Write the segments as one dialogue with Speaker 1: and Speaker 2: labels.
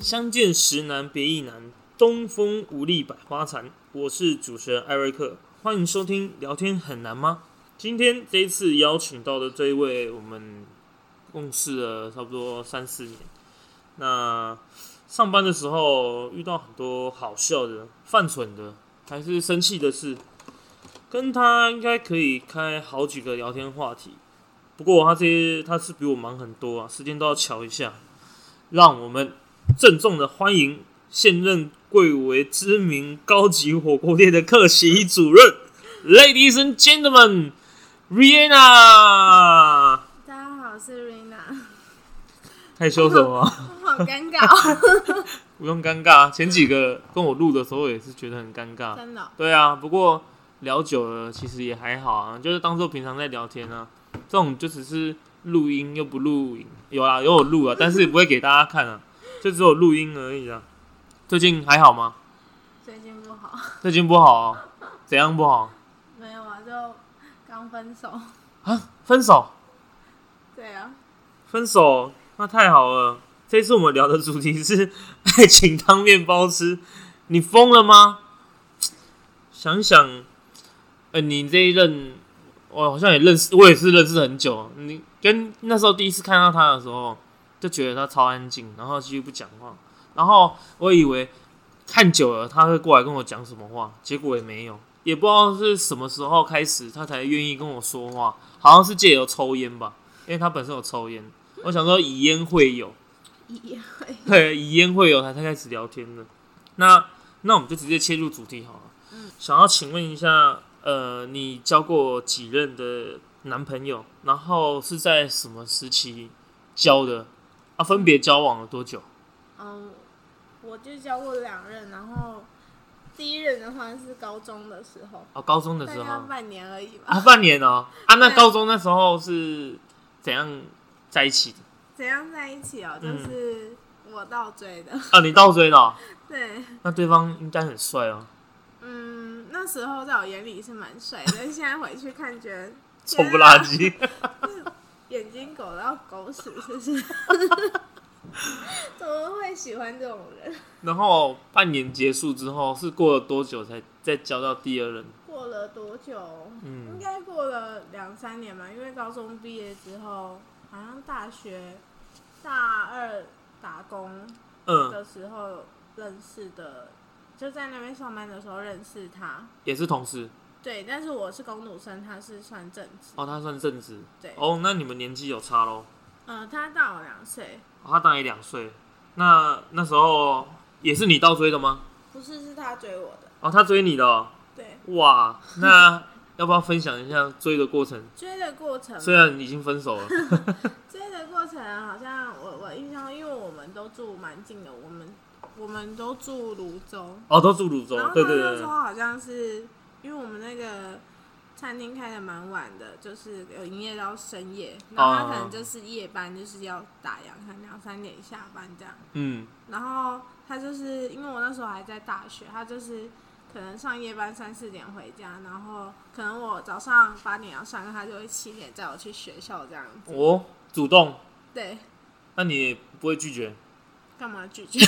Speaker 1: 相见时难别亦难，东风无力百花残。我是主持人艾瑞克，欢迎收听《聊天很难吗》。今天这一次邀请到的这一位，我们共事了差不多三四年。那上班的时候遇到很多好笑的、犯蠢的，还是生气的事，跟他应该可以开好几个聊天话题。不过他这些他是比我忙很多啊，时间都要瞧一下。让我们郑重的欢迎现任贵为知名高级火锅店的客席主任，Ladies and Gentlemen。Rihanna，
Speaker 2: 大家好，我 是 Rina，
Speaker 1: 害羞什 么？
Speaker 2: 我好尴尬，哦
Speaker 1: 不用尴尬。前几个跟我录的时候也是觉得很尴尬。
Speaker 2: 真的哦。
Speaker 1: 对啊，不过聊久了其实也还好啊，就是当做平常在聊天啊。这种就只是录音又不录影，有啊，有我录啊，但是不会给大家看啊，就只有录音而已啊。最近还好吗？
Speaker 2: 最近不好，
Speaker 1: 最近不好、哦，怎样不好
Speaker 2: 没有啊，就刚分手。
Speaker 1: 啊？分手，
Speaker 2: 对啊，
Speaker 1: 分手，那太好了。这次我们聊的主题是 爱情当面包吃，你疯了吗？想一想，呃，你这一任，我好像也认识，我也是认识很久。你跟那时候第一次看到他的时候，就觉得他超安静，然后几乎不讲话。然后我以为看久了他会过来跟我讲什么话，结果也没有，也不知道是什么时候开始他才愿意跟我说话，好像是借由抽烟吧，因为他本身有抽烟。我想说以烟会友，
Speaker 2: 一会
Speaker 1: 对，以烟会友才才开始聊天的。那那我们就直接切入主题好了。想要请问一下，呃，你交过几任的男朋友？然后是在什么时期交的？啊，分别交往了多久？
Speaker 2: 嗯，我就交过两任，然后第一任的话是高中的时候，
Speaker 1: 啊，高中的
Speaker 2: 大
Speaker 1: 时候
Speaker 2: 概半年而已吧。
Speaker 1: 啊，半年哦、啊，那
Speaker 2: 对
Speaker 1: 高中那时候是怎样在一起的？
Speaker 2: 怎样在一起哦？
Speaker 1: 嗯
Speaker 2: 就是我倒追的，
Speaker 1: 啊，你倒追了哦、
Speaker 2: 对，
Speaker 1: 那对方应该很帅哦、
Speaker 2: 嗯，那时候在我眼里是蛮帅的，现在回去看觉得
Speaker 1: 臭不拉几。
Speaker 2: 眼睛狗到狗屎，是 不是？ 怎么会喜欢这种人？
Speaker 1: 然后半年结束之后，是过了多久才再交到第二任？
Speaker 2: 过了多久？应
Speaker 1: 嗯，
Speaker 2: 该过了两三年吧，因为高中毕业之后，好像大学大二打工
Speaker 1: 嗯，
Speaker 2: 的时候认识的，就在那边上班的时候认识他。
Speaker 1: 也是同事
Speaker 2: 对，但是我是工读生，他是算正职。
Speaker 1: 哦，他算正职
Speaker 2: 对，
Speaker 1: 哦。那你们年纪有差喽、
Speaker 2: 呃，他大我两岁，
Speaker 1: 哦他大你两岁，那那时候也是你倒追的吗？
Speaker 2: 不是是他追我的。
Speaker 1: 哦，他追你的、哦，
Speaker 2: 对，
Speaker 1: 哇， 那要不要分享一下追的过程？
Speaker 2: 追的过程，
Speaker 1: 虽然已经分手了，
Speaker 2: 追的过程好像我我印象，因为我们都住蛮近的，我们我们都住泸州。
Speaker 1: 哦，都住泸州
Speaker 2: 然，后
Speaker 1: 对
Speaker 2: 他
Speaker 1: 对
Speaker 2: 那
Speaker 1: 对嗯
Speaker 2: 时，候好像是因为我们那个餐厅开的蛮晚的，就是有营业到深夜，然后他
Speaker 1: 哦
Speaker 2: 可能就是夜班，就是要打烊，可能两三点下班这样。
Speaker 1: 嗯，
Speaker 2: 然后他就是因为我那时候还在大学，他就是可能上夜班三四点回家，然后可能我早上八点要上课，他就会七点载我去学校这样子。
Speaker 1: 哦，主动，
Speaker 2: 对，
Speaker 1: 那你也不会拒绝。
Speaker 2: 干嘛拒绝？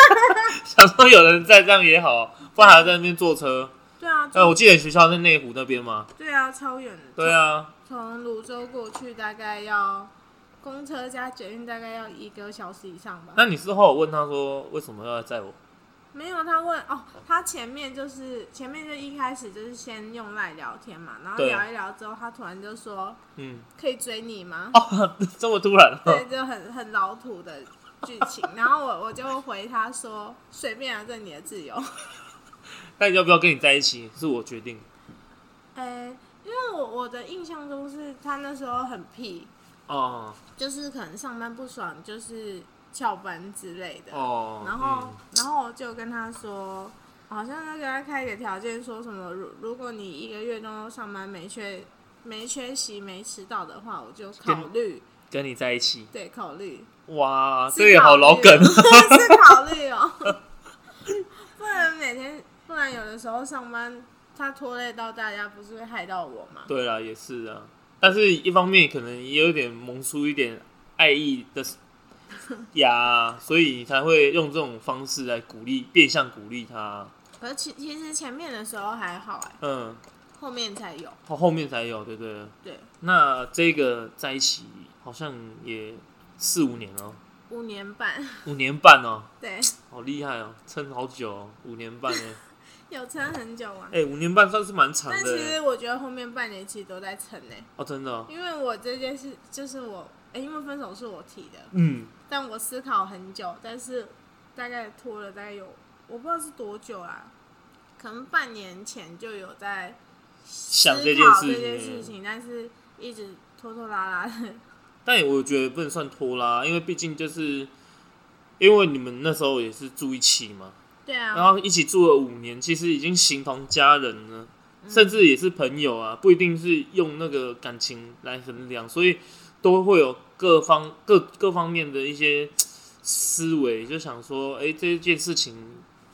Speaker 1: 想说有人在这样也好，不然还在那边坐车。
Speaker 2: 对啊，
Speaker 1: 呃，
Speaker 2: 就
Speaker 1: 我记得学校在内湖那边嘛。
Speaker 2: 对啊，超远的。
Speaker 1: 对啊，
Speaker 2: 从泸州过去大概要公车加捷运大概要一个小时以上吧。
Speaker 1: 那你事后有问他说为什么要载我？
Speaker 2: 没有，他问哦，他前面就是前面就一开始就是先用赖聊天嘛，然后
Speaker 1: 对
Speaker 2: 聊一聊之后，他突然就说
Speaker 1: 嗯，
Speaker 2: 可以追你吗？
Speaker 1: 哦， 这么突然、
Speaker 2: 对，
Speaker 1: 哦，
Speaker 2: 就很很老土的剧情。 然后我我就回他说随便啊，这你的自由。
Speaker 1: 但要不要跟你在一起是我决定。
Speaker 2: 呃，因为我我的印象中是他那时候很屁，
Speaker 1: 哦
Speaker 2: 就是可能上班不爽，就是翘班之类的。
Speaker 1: 哦，
Speaker 2: 然后，然后我就跟他说，好像他给他开一个条件，说什么如如果你一个月都上班没缺没缺席没迟到的话，我就考虑
Speaker 1: 嗯、跟你在一起，
Speaker 2: 对考虑，
Speaker 1: 哇，
Speaker 2: 是
Speaker 1: 这也好老梗
Speaker 2: 考虑是考虑哦， 不然每天不然有的时候上班他拖累到大家，不是会害到我吗？
Speaker 1: 对啦，也啊是啊，但是一方面可能也有点萌出一点爱意的 呀，所以才会用这种方式来鼓励，变相鼓励他。
Speaker 2: 可是其其实前面的时候还好哎、
Speaker 1: 嗯，
Speaker 2: 后面才有。
Speaker 1: 后后面才有，对不对？
Speaker 2: 对，
Speaker 1: 那这个在一起好像也四五年了，
Speaker 2: 五年半，
Speaker 1: 五年半哦，
Speaker 2: 对，
Speaker 1: 好厉害哦，撑好久哦，五年半哎，
Speaker 2: 有撑很久啊。
Speaker 1: 哎、五年半算是蛮长
Speaker 2: 但
Speaker 1: 的
Speaker 2: 其
Speaker 1: 欸
Speaker 2: 实我觉得后面半年其实都在撑哎、
Speaker 1: 哦，真的、哦，
Speaker 2: 因为我这件事就是我，哎、因为分手是我提的，
Speaker 1: 嗯，
Speaker 2: 但我思考很久，但是大概拖了大概有我不知道是多久啦，可能半年前就有在
Speaker 1: 想
Speaker 2: 思
Speaker 1: 这件
Speaker 2: 考
Speaker 1: 事
Speaker 2: 这件事
Speaker 1: 情，欸
Speaker 2: 情，但是一直拖拖拉 拉的。
Speaker 1: 但我觉得不能算拖拉，因为毕竟就是因为你们那时候也是住一起嘛，
Speaker 2: 对啊，
Speaker 1: 然后一起住了五年，其实已经形同家人了，甚至也是朋友啊，不一定是用那个感情来衡量，所以都会有各方各各方面的一些思维，就想说，哎、这件事情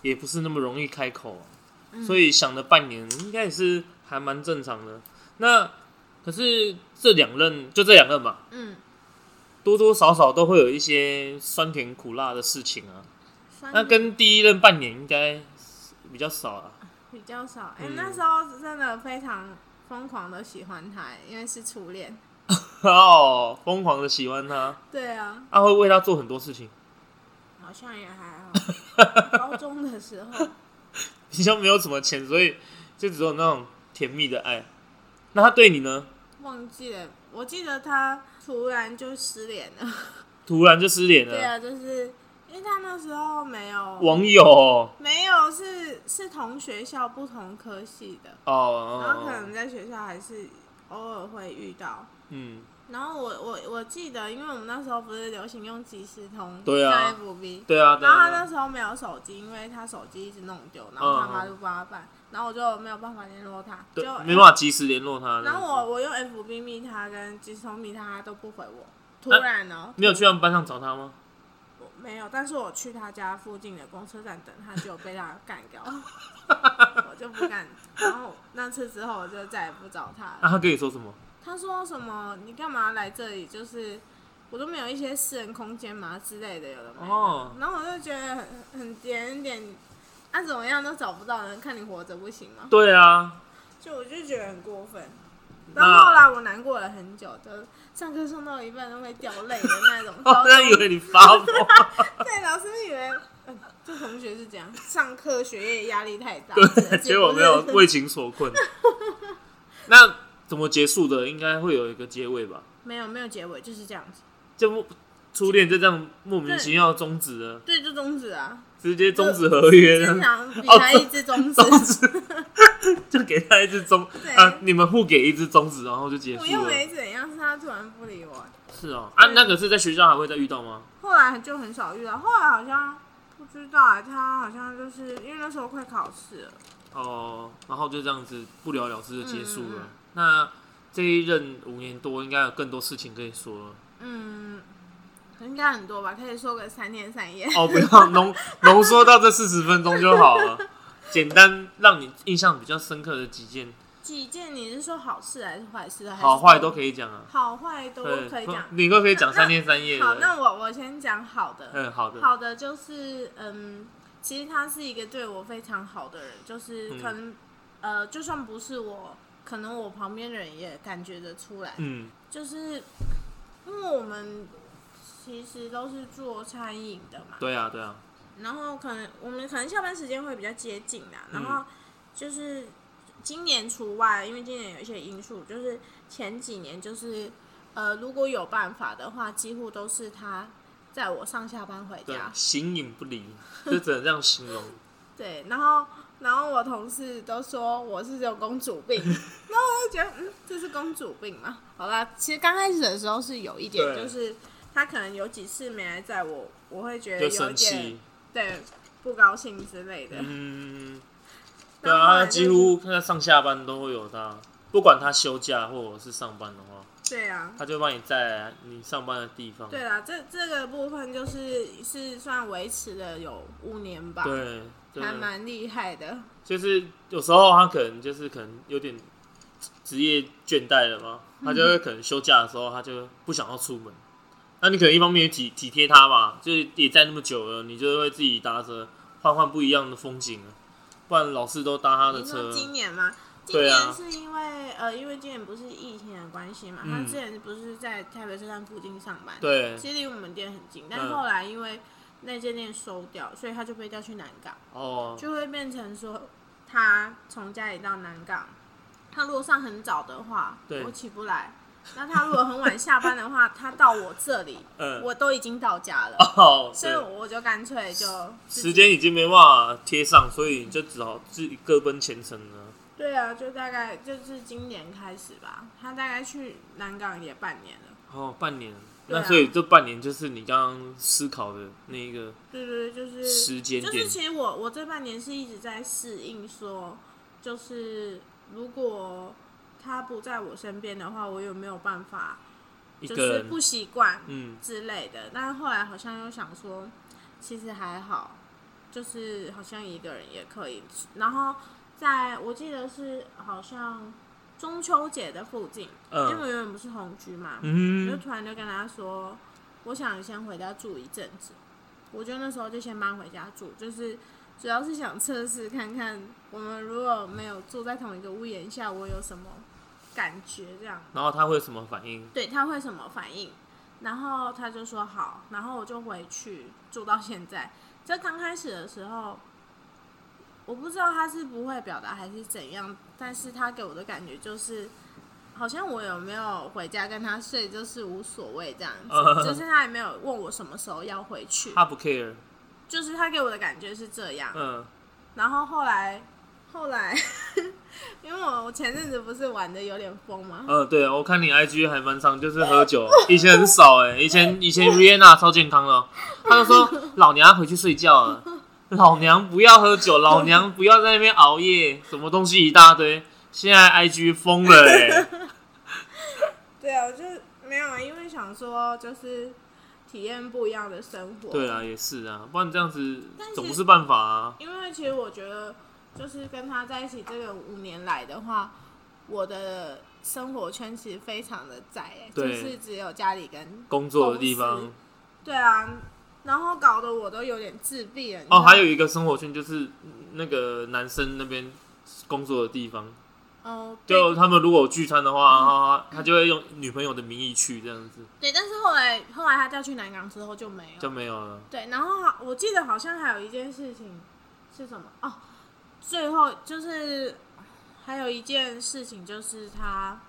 Speaker 1: 也不是那么容易开口、啊，
Speaker 2: 嗯
Speaker 1: 所以想了半年，应该也是还蛮正常的。那可是这两任就这两任吧，
Speaker 2: 嗯，
Speaker 1: 多多少少都会有一些酸甜苦辣的事情啊。
Speaker 2: 酸
Speaker 1: 那跟第一任半年应该比较少啊了。
Speaker 2: 比较少。哎、
Speaker 1: 嗯
Speaker 2: 那时候真的非常疯狂的喜欢他、因为是初恋。
Speaker 1: 哦，疯狂的喜欢他，
Speaker 2: 对啊，
Speaker 1: 他、会为他做很多事情，
Speaker 2: 好像也 还好。高中的时候，
Speaker 1: 比较没有什么钱，所以就只有那种甜蜜的爱。那他对你呢？
Speaker 2: 忘记了，我记得他突然就失联了。
Speaker 1: 突然就失联
Speaker 2: 对
Speaker 1: 了，
Speaker 2: 啊，就是因为他那时候没有，
Speaker 1: 网友哦，
Speaker 2: 没有是是同学校不同科系的，
Speaker 1: 哦
Speaker 2: 然后
Speaker 1: 哦，
Speaker 2: 可能
Speaker 1: 哦
Speaker 2: 在学校还是偶尔会遇到。
Speaker 1: 嗯，
Speaker 2: 然后我我我记得，因为我们那时候不是流行用即时通
Speaker 1: 对啊
Speaker 2: 上 FB，
Speaker 1: 对啊，对
Speaker 2: 然后他
Speaker 1: 啊
Speaker 2: 那，时候没有手机，因为他手机一直弄丢，然后他妈就帮他办，然后我就没有办法联络他，就
Speaker 1: 嗯对，没办法及时联络他。
Speaker 2: 然后我我用 FB 密他跟即时通密他，他都不回我，突然哦、
Speaker 1: 你有去他们班上找他吗？
Speaker 2: 我没有，但是我去他家附近的公车站等他，就被他干掉，我就不敢。然后那次之后，我就再也不找他
Speaker 1: 那、
Speaker 2: 了。
Speaker 1: 啊他跟你说什么？
Speaker 2: 他说什么？你干嘛来这里？就是我都没有一些私人空间嘛之类的，有的没的。
Speaker 1: 哦
Speaker 2: 然后我就觉得很很点点，啊怎么样都找不到人，看你活着不行吗？
Speaker 1: 对啊，
Speaker 2: 就我就觉得很过分。
Speaker 1: 那。
Speaker 2: 然后后来我难过了很久，就是上课上到一半都会掉泪的那种
Speaker 1: 他以为你发 疯。
Speaker 2: 对，老师以为、嗯这同学是这样，上课学业压力太大，
Speaker 1: 对，结果没有
Speaker 2: 不是
Speaker 1: 为情所困。那怎么结束的？应该会有一个结尾吧？
Speaker 2: 没有没有结尾，就是这样子，
Speaker 1: 就莫初恋就这样莫名其妙终止了，
Speaker 2: 对，就终止啊，
Speaker 1: 直接终止合约
Speaker 2: 正
Speaker 1: 了，
Speaker 2: 常比赛一直终止，
Speaker 1: 终 止，就给他一只终
Speaker 2: 对
Speaker 1: 啊，你们互给一只终止，然后就结
Speaker 2: 我
Speaker 1: 束
Speaker 2: 又
Speaker 1: 了。
Speaker 2: 没怎样，是他突然不理我，
Speaker 1: 是哦，啊，那个是在学校还会再遇到吗？
Speaker 2: 后来就很少遇到，后来好像不知道啊，他好像就是因为那时候快考试了，
Speaker 1: 哦，然后就这样子不了了之的结束
Speaker 2: 嗯嗯
Speaker 1: 了
Speaker 2: 嗯。
Speaker 1: 那这一任五年多，应该有更多事情可以说了。
Speaker 2: 嗯，应该很多吧，可以说个三天三夜，
Speaker 1: 哦，不要 浓浓缩到这四十分钟就好了，简单让你印象比较深刻的几件，
Speaker 2: 几件你是说好事还是坏事？还是
Speaker 1: 好坏都可以讲啊。
Speaker 2: 好坏都
Speaker 1: 对，
Speaker 2: 可以讲。
Speaker 1: 你都可以讲三天三夜
Speaker 2: 好，
Speaker 1: 的。
Speaker 2: 那我我先讲好的。
Speaker 1: 嗯，好的，
Speaker 2: 好的就是，嗯，其实他是一个对我非常好的人，就是
Speaker 1: 嗯
Speaker 2: 可能、呃，就算不是我，可能我旁边人也感觉得出来，
Speaker 1: 嗯
Speaker 2: 就是因为我们其实都是做餐饮的嘛，
Speaker 1: 对啊，对啊，
Speaker 2: 然后可能我们可能下班时间会比较接近啦，
Speaker 1: 嗯
Speaker 2: 然后就是今年除外，因为今年有一些因素，就是前几年就是呃，如果有办法的话，几乎都是他载我上下班回
Speaker 1: 对啊
Speaker 2: 家，，
Speaker 1: 形影不离， 就只能这样形容。
Speaker 2: 对，然后然后我同事都说我是有公主 病，然后我就觉得嗯，这是公主病嘛。好啦，其实刚开始的时候是有一点，
Speaker 1: 对
Speaker 2: 就是他可能有几次没来载我，我会觉得
Speaker 1: 就
Speaker 2: 有一
Speaker 1: 生
Speaker 2: 点
Speaker 1: 气，
Speaker 2: 对不高兴之类的。
Speaker 1: 嗯，对
Speaker 2: 然后后
Speaker 1: 啊，
Speaker 2: 来
Speaker 1: 他
Speaker 2: 就
Speaker 1: 几
Speaker 2: 是
Speaker 1: 乎他上下班都会有他，不管他休假或者是上班的话，
Speaker 2: 对啊，
Speaker 1: 他就帮你在你上班的地方。
Speaker 2: 对啊啦，这这个部分就是是算维持了有五年吧，
Speaker 1: 对，对
Speaker 2: 还蛮厉害的。
Speaker 1: 就是有时候他可能就是可能有点职业倦怠了嘛，他就会可能休假的时候他就不想要出门，那你可能一方面也体体贴他吧，就是也站那么久了，你就会自己搭车换换不一样的风景了，不然老是都搭他的
Speaker 2: 你说
Speaker 1: 车。
Speaker 2: 今年吗？今
Speaker 1: 对啊
Speaker 2: 年是因为、呃，因为今年不是疫情的关系嘛，
Speaker 1: 嗯
Speaker 2: 他之前不是在台北车站附近上班，
Speaker 1: 对，
Speaker 2: 其实离我们店很近，但
Speaker 1: 嗯
Speaker 2: 是后来因为那间店收掉，所以他就被调去南港，
Speaker 1: 哦，
Speaker 2: 就会变成说他从家里到南港，他如果上很早的话，
Speaker 1: 对
Speaker 2: 我起不来；那他如果很晚下班的话，他到我这里，
Speaker 1: 嗯，
Speaker 2: 我都已经到家了，
Speaker 1: 哦，
Speaker 2: 所以
Speaker 1: 对，
Speaker 2: 我就干脆就自己
Speaker 1: 时间已经没办法贴上，所以你就只好自己各奔前程了。
Speaker 2: 对啊，就大概就是今年开始吧，他大概去南港也半年了。
Speaker 1: 哦，半年，
Speaker 2: 对啊
Speaker 1: 那所以这半年就是你刚刚思考的那一个
Speaker 2: 对对对，就是
Speaker 1: 时间
Speaker 2: 就
Speaker 1: 点
Speaker 2: 是其实我我这半年是一直在适应说，就是如果他不在我身边的话，我有没有办法
Speaker 1: 一
Speaker 2: 就
Speaker 1: 个
Speaker 2: 是
Speaker 1: 人，
Speaker 2: 不习惯
Speaker 1: 嗯，
Speaker 2: 之类的？但是后来好像又想说，其实还好，就是好像一个人也可以。然后在我记得是好像中秋节的附近，因为
Speaker 1: 嗯
Speaker 2: 我原本不是同居嘛，我就
Speaker 1: 嗯，
Speaker 2: 突然就跟他说，我想先回家住一阵子。我就那时候就先搬回家住，就是主要是想测试看看，我们如果没有住在同一个屋檐下，我有什么感觉这样。
Speaker 1: 然后他会有什么反应？
Speaker 2: 对他会什么反应？然后他就说好，然后我就回去住到现在。在刚开始的时候，我不知道他是不会表达还是怎样，但是他给我的感觉就是，好像我有没有回家跟他睡就是无所谓这样子，就是他也没有问我什么时候要回去，
Speaker 1: 他不 care，
Speaker 2: 就是他给我的感觉是这样。
Speaker 1: 嗯，
Speaker 2: 然后后来，后来， 因为我前阵子不是玩的有点疯嘛，
Speaker 1: 呃，对，我看你 IG 还蛮常就是喝酒，以前很少哎、以 前以前 Rihanna 超健康了，她就说老娘要回去睡觉了，老娘不要喝酒，老娘不要在那边熬夜，什么东西一大堆，现在 IG 疯了哎、
Speaker 2: 对啊，我就没有，啊，因为想说就是体验不一样的生活。
Speaker 1: 对啊，也是啊，不然这样子
Speaker 2: 但是
Speaker 1: 总不是办法啊，
Speaker 2: 因为其实我觉得，就是跟他在一起这个五年来的话，我的生活圈其实非常的窄、欸，就
Speaker 1: 对
Speaker 2: 是只有家里跟
Speaker 1: 工作的地
Speaker 2: 公
Speaker 1: 方
Speaker 2: 司。对啊，然后搞得我都有点自闭了。你知道
Speaker 1: 哦，
Speaker 2: 吗
Speaker 1: 还有一个生活圈就是那个男生那边工作的地方，
Speaker 2: 哦，对
Speaker 1: 就他们如果有聚餐的话，他他就会用女朋友的名义去这样子，
Speaker 2: 对，但是后来后来他调去南港之后就没有，
Speaker 1: 就没有了。
Speaker 2: 对，然后好我记得好像还有一件事情是什么哦，最后就是还有一件事情就是他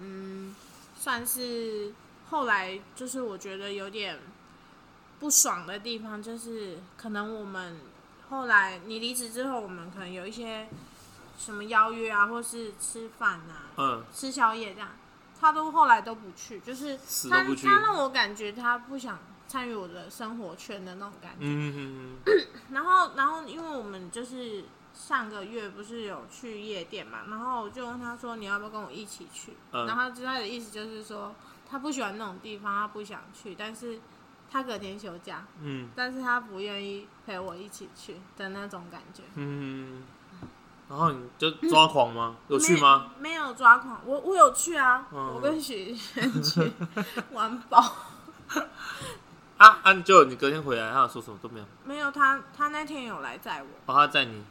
Speaker 2: 嗯，算是后来就是我觉得有点不爽的地方，就是可能我们后来你离职之后，我们可能有一些什么邀约啊，或是吃饭啊，
Speaker 1: 嗯，
Speaker 2: 吃宵夜这样，他都后来都不去，就是
Speaker 1: 死都
Speaker 2: 他
Speaker 1: 不去
Speaker 2: 他让我感觉他不想参与我的生活圈的那种感觉。
Speaker 1: 嗯，
Speaker 2: 然后然后因为我们就是上个月不是有去夜店嘛，然后我就问他说你要不要跟我一起去，
Speaker 1: 嗯
Speaker 2: 然后他之他的意思就是说他不喜欢那种地方，他不想去，但是他隔天休假，
Speaker 1: 嗯
Speaker 2: 但是他不愿意陪我一起去的那种感觉。
Speaker 1: 嗯，然后你就抓狂吗？有去吗？
Speaker 2: 没？没有抓狂，我我有去啊，
Speaker 1: 嗯
Speaker 2: 我跟许轩 去玩宝。
Speaker 1: 啊啊！就你隔天回来，他有说什么都没有。
Speaker 2: 没有他，他那天有来载我，
Speaker 1: 哦，他载你，